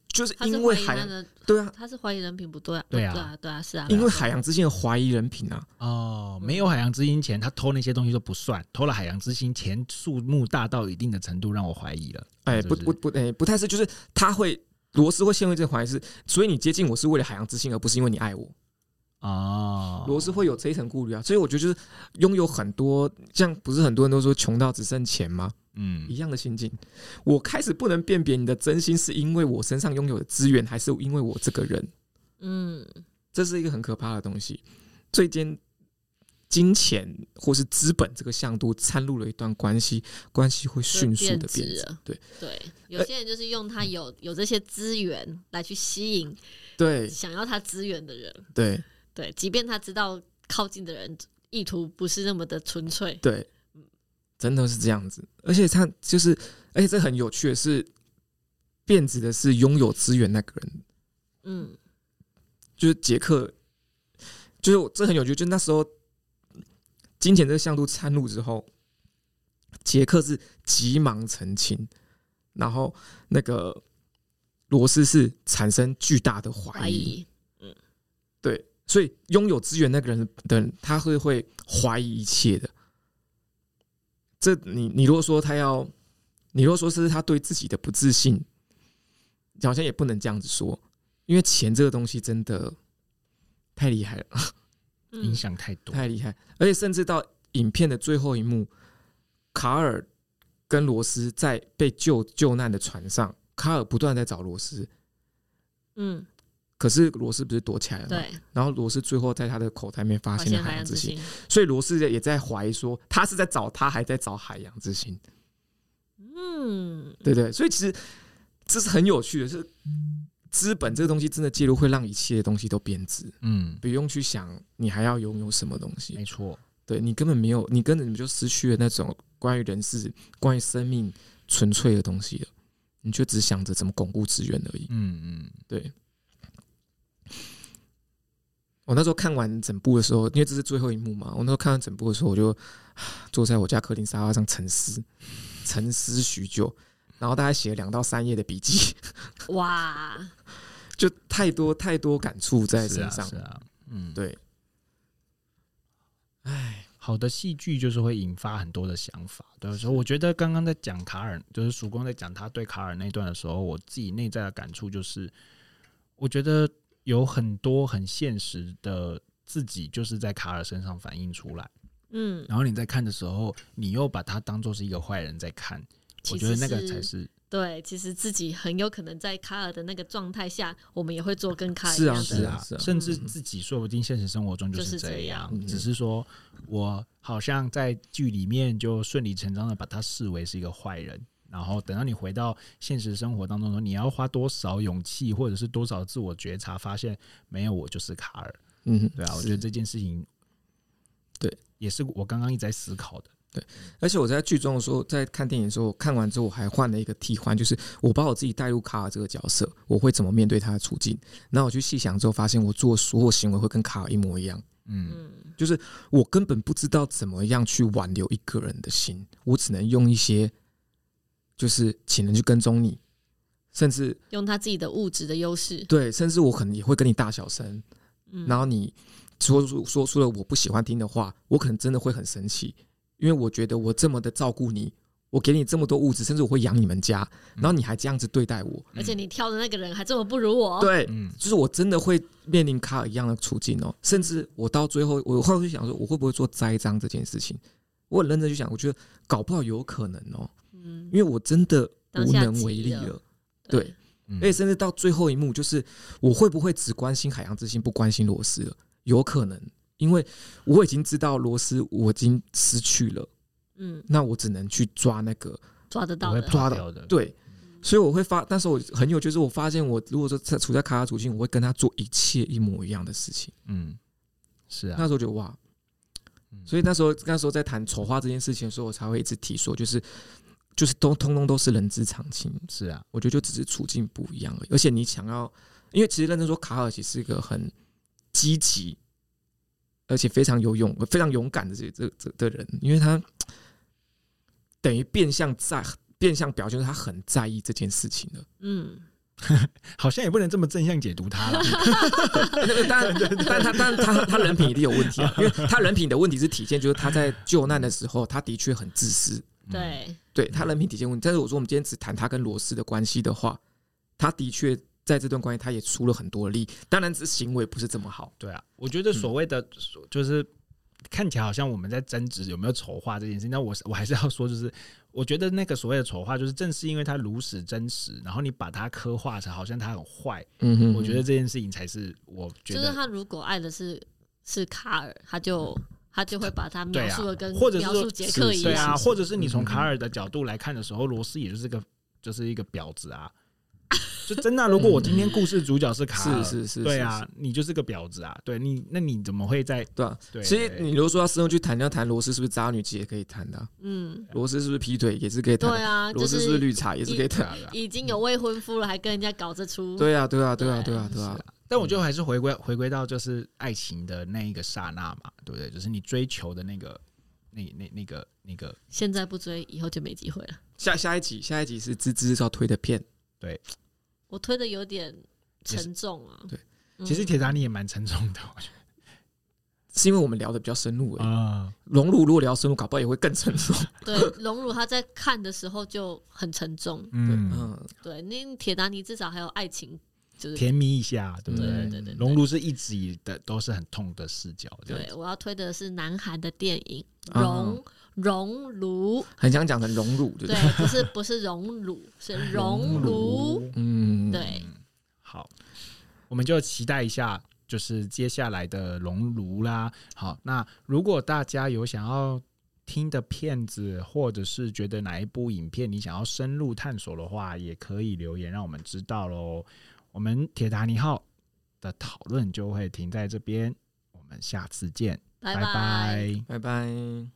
Speaker 4: 就是
Speaker 2: 他是
Speaker 4: 因为
Speaker 2: 怀疑
Speaker 4: 海
Speaker 2: 他
Speaker 4: 洋，
Speaker 2: 的，
Speaker 4: 对啊，
Speaker 2: 他是怀疑人品不对啊，
Speaker 3: 对啊
Speaker 2: 对啊，对啊，是啊，
Speaker 4: 因为
Speaker 2: 没错
Speaker 4: 海洋之间的怀疑人品啊，
Speaker 3: 哦，没有海洋之心前，他偷那些东西都不算，偷了海洋之心前，数目大到一定的程度，让我怀疑了。
Speaker 4: 哎，
Speaker 3: 是
Speaker 4: 不
Speaker 3: 不是
Speaker 4: 不不，哎，不太是，就是他会罗斯会陷入这个怀疑是，所以你接近我是为了海洋之心，而不是因为你爱我。
Speaker 3: 哦，
Speaker 4: 罗斯会有这一层顾虑啊，所以我觉得就是拥有很多，像不是很多人都说穷到只剩钱吗？一
Speaker 3: 嗯
Speaker 4: 样的心境，我开始不能辨别你的真心是因为我身上拥有的资源，还是因为我这个人，
Speaker 2: 嗯，
Speaker 4: 这是一个很可怕的东西。最间金钱或是资本这个向度掺入了一段关系，关系会迅速的
Speaker 2: 就变
Speaker 4: 变
Speaker 2: 质
Speaker 4: 质
Speaker 2: 了。
Speaker 4: 对
Speaker 2: 对，
Speaker 4: 呃
Speaker 2: 有些人就是用他有有这些资源来去吸引
Speaker 4: 对
Speaker 2: 想要他资源的人，
Speaker 4: 对
Speaker 2: 对，即便他知道靠近的人意图不是那么的纯粹，
Speaker 4: 对，真的是这样子。而且他就是，而且这很有趣的是，变质的是拥有资源那个人，
Speaker 2: 嗯，
Speaker 4: 就是杰克，就是我这很有趣，就是那时候金钱这个向度掺入之后，杰克是急忙澄清，然后那个罗斯是产生巨大的怀
Speaker 2: 怀
Speaker 4: 疑，
Speaker 2: 疑，
Speaker 4: 对，所以拥有资源那个人的人，他会会怀疑一切的。这你你如果说他要，你如果说是他对自己的不自信，好像也不能这样子说，因为钱这个东西真的太厉害了，
Speaker 3: 影
Speaker 2: 嗯，
Speaker 3: 响太多。
Speaker 4: 太厉害，而且甚至到影片的最后一幕，卡尔跟罗斯在被救救难的船上，卡尔不断地在找罗斯，
Speaker 2: 嗯，
Speaker 4: 可是罗斯不是躲起来了吗？
Speaker 2: 对，
Speaker 4: 然后罗斯最后在他的口袋里面发
Speaker 2: 发
Speaker 4: 现了
Speaker 2: 现
Speaker 4: 海
Speaker 2: 海
Speaker 4: 洋
Speaker 2: 洋
Speaker 4: 之
Speaker 2: 之
Speaker 4: 心，
Speaker 2: 心，
Speaker 4: 所以罗斯也在怀疑说，他是在找他，还在找海洋之心，
Speaker 2: 嗯，
Speaker 4: 对不对？所以其实这是很有趣的，是资本这个东西真的介入，会让一切东西都贬值，
Speaker 3: 嗯，
Speaker 4: 不用去想你还要拥有什么东西
Speaker 3: 没。错，
Speaker 4: 对你根本没有，你根本就失去了那种关于人事、关于生命纯粹的东西了。你就只想着怎么巩固资源而已。
Speaker 3: 嗯嗯，
Speaker 4: 对，我那时候看完整部的时候，因为这是最后一幕嘛，我那时候看完整部的时候，我就啊坐在我家客厅沙发上沉思，沉思许久，然后大概写了两到三页的笔记，
Speaker 2: 哇，
Speaker 4: 就太多太多感触在
Speaker 3: 是
Speaker 4: 身
Speaker 3: 啊
Speaker 4: 上。
Speaker 3: 是啊，嗯，
Speaker 4: 对，哎，
Speaker 3: 好的戏剧就是会引发很多的想法，对，所以我觉得刚刚在讲卡尔，就是曙光在讲他对卡尔那段的时候，我自己内在的感触就是，我觉得有很多很现实的自己，就是在卡尔身上反映出来。
Speaker 2: 嗯，
Speaker 3: 然后你在看的时候，你又把他当做是一个坏人在看，我
Speaker 2: 其
Speaker 3: 觉
Speaker 2: 实
Speaker 3: 得那个才是
Speaker 2: 对，其实自己很有可能在卡尔的那个状态下，我们也会做跟卡尔一
Speaker 4: 是啊
Speaker 2: 样的
Speaker 4: 是啊
Speaker 3: 啊，甚至自己说不定现实生活中就
Speaker 2: 就是是这
Speaker 3: 这样，
Speaker 4: 样
Speaker 3: 只是说我好像在剧里面就顺理成章的把他视为是一个坏人。然后等到你回到现实生活当中的时候，你要花多少勇气，或者是多少自我觉察，发现没有我就是卡尔，
Speaker 4: 嗯，
Speaker 3: 对啊，我
Speaker 4: 是
Speaker 3: 觉得这件事情，
Speaker 4: 对，
Speaker 3: 也是我刚刚一直在思考的，
Speaker 4: 而且我在剧中的时候，在看电影的时候，我看完之后我还换了一个替换，就是我把我自己带入卡尔这个角色，我会怎么面对他的处境。然后我去细想之后，发现我做所有行为会跟卡尔一模一样，
Speaker 3: 嗯
Speaker 2: 嗯，
Speaker 4: 就是我根本不知道怎么样去挽留一个人的心，我只能用一些，就是请人去跟踪你，甚至
Speaker 2: 用他自己的物质的优势，
Speaker 4: 对，甚至我可能也会跟你大小声，
Speaker 2: 嗯，
Speaker 4: 然后你说出说出了我不喜欢听的话，我可能真的会很生气，因为我觉得我这么的照顾你，我给你这么多物质，甚至我会养你们家，然后你还这样子对待我，
Speaker 2: 而且你挑的那个人还这么不如我，
Speaker 4: 对，
Speaker 3: 嗯
Speaker 4: 就是我真的会面临卡尔一样的处境哦，甚至我到最后，我后来就想说，我会不会做栽赃这件事情？我很认真去想，我觉得搞不好有可能哦，
Speaker 2: 嗯
Speaker 4: 因，为我真的
Speaker 2: 当
Speaker 4: 无
Speaker 2: 下
Speaker 4: 能
Speaker 2: 急
Speaker 4: 为力
Speaker 2: 了
Speaker 4: 了。对
Speaker 2: 对，
Speaker 3: 嗯
Speaker 4: 而哎且甚至到最后一幕，就是我会不会只关心海洋之心，不关心罗斯了？有可能，因为我已经知道罗斯我已经失去了，
Speaker 2: 嗯，
Speaker 4: 那我只能去抓那个
Speaker 2: 抓得
Speaker 3: 我
Speaker 2: 到
Speaker 3: 会
Speaker 2: 的，
Speaker 3: 跑
Speaker 4: 抓到
Speaker 3: 掉的，
Speaker 4: 对。所以我会发，但是我很有，就是我发现我如果说在处在卡拉处境，我会跟他做一切一模一样的事情。
Speaker 3: 嗯，是啊
Speaker 4: 那，时候觉得哇，
Speaker 3: 嗯
Speaker 4: 所以那时候那时候在谈丑化这件事情的时候，我才会一直提说，就是就是都通通都是人之常情，
Speaker 3: 是啊，
Speaker 4: 我觉得就只是处境不一样而已。而且你想要，因为其实认真说，卡尔其实是一个很积极，而且非常有勇、非常勇敢的这这这的人，因为他等于变相在变相表现出他很在意这件事情了。
Speaker 2: 嗯，
Speaker 3: 好像也不能这么正向解读 他了，
Speaker 4: 但但他但他他人品一定有问题啊，因为他人品的问题是体现就是他在救难的时候，他的确很自私，
Speaker 3: 嗯，
Speaker 2: 对，
Speaker 4: 对他人品底线问题。但是我说我们今天只谈他跟罗斯的关系的话，他的确在这段关系他也出了很多力，当然只是行为不是这么好。
Speaker 3: 对啊，我觉得所谓的、所就是看起来好像我们在争执有没有丑化这件事，那我是我还是要说，就是我觉得那个所谓的丑化，就是正是因为它如实真实，然后你把它刻画成好像它很坏，
Speaker 4: 嗯哼
Speaker 3: 我觉得这件事情才是我觉
Speaker 2: 就是
Speaker 3: 得嗯
Speaker 2: 他如果爱的是是卡尔，他就他就会把他描述的跟
Speaker 3: 对啊或者是
Speaker 2: 描
Speaker 3: 说
Speaker 2: 述杰克一
Speaker 3: 对啊，
Speaker 2: 样，
Speaker 3: 或者是你从
Speaker 4: 嗯
Speaker 3: 卡尔的角度来看的时候，罗斯也就是个就是一个婊子啊，就真的啊、如果我今天故事主角是卡尔，
Speaker 4: 是是是，
Speaker 3: 对
Speaker 4: 是，
Speaker 3: 啊
Speaker 4: 是，
Speaker 3: 你就是个婊子啊，对你，那你怎么会在
Speaker 4: 对啊。
Speaker 3: 对？
Speaker 4: 其实你如果说要深入去谈，要谈罗斯是不是渣女，其实也可以谈的啊；
Speaker 2: 嗯，
Speaker 4: 罗斯是不是劈腿，也是可以谈
Speaker 2: 对
Speaker 4: 的啊；
Speaker 2: 啊，
Speaker 4: 罗
Speaker 2: 就
Speaker 4: 斯是不是绿茶，也是可以谈的啊。
Speaker 2: 已经有未婚夫了，还跟人家搞这出，
Speaker 4: 对啊，对啊，对啊，对啊，对啊。
Speaker 3: 但我觉得还是回归回归到就是爱情的那一个刹那嘛，对不对？就是你追求的那个那那那个那个，
Speaker 2: 现在不追，以后就没机会了。
Speaker 4: 下下一集，下一集是芝芝要推的片，
Speaker 2: 我推的有点沉重啊。
Speaker 4: 对
Speaker 2: 嗯，
Speaker 3: 其实铁达尼也蛮沉重的，我觉
Speaker 4: 是因为我们聊的比较深入而
Speaker 3: 得
Speaker 4: 已。
Speaker 3: 啊，
Speaker 4: 龙如如果聊深入，搞不好也会更沉重。
Speaker 2: 对荣辱他在看的时候就很沉重，
Speaker 3: 嗯，
Speaker 4: 嗯，
Speaker 2: 对，那铁达尼至少还有爱情，就是
Speaker 3: 甜蜜一下，对不
Speaker 2: 对
Speaker 3: 对？
Speaker 2: 对对
Speaker 3: 熔炉是一直以的都是很痛的视角，这样
Speaker 2: 对
Speaker 3: 子
Speaker 2: 我要推的是南韩的电影《
Speaker 4: 啊
Speaker 3: 嗯
Speaker 2: 熔熔炉》，
Speaker 4: 很想讲成荣辱，对不
Speaker 2: 对
Speaker 4: 对？，
Speaker 2: 不是不是熔炉，是熔炉，
Speaker 4: 嗯，
Speaker 2: 对，
Speaker 3: 好，我们就期待一下，就是接下来的熔炉啦。好，那如果大家有想要听的片子，或者是觉得哪一部影片你想要深入探索的话，也可以留言让我们知道喽。我们铁达尼号的讨论就会停在这边，我们下次见，
Speaker 2: 拜
Speaker 3: 拜
Speaker 2: 拜。
Speaker 4: 拜
Speaker 3: 拜
Speaker 4: 拜。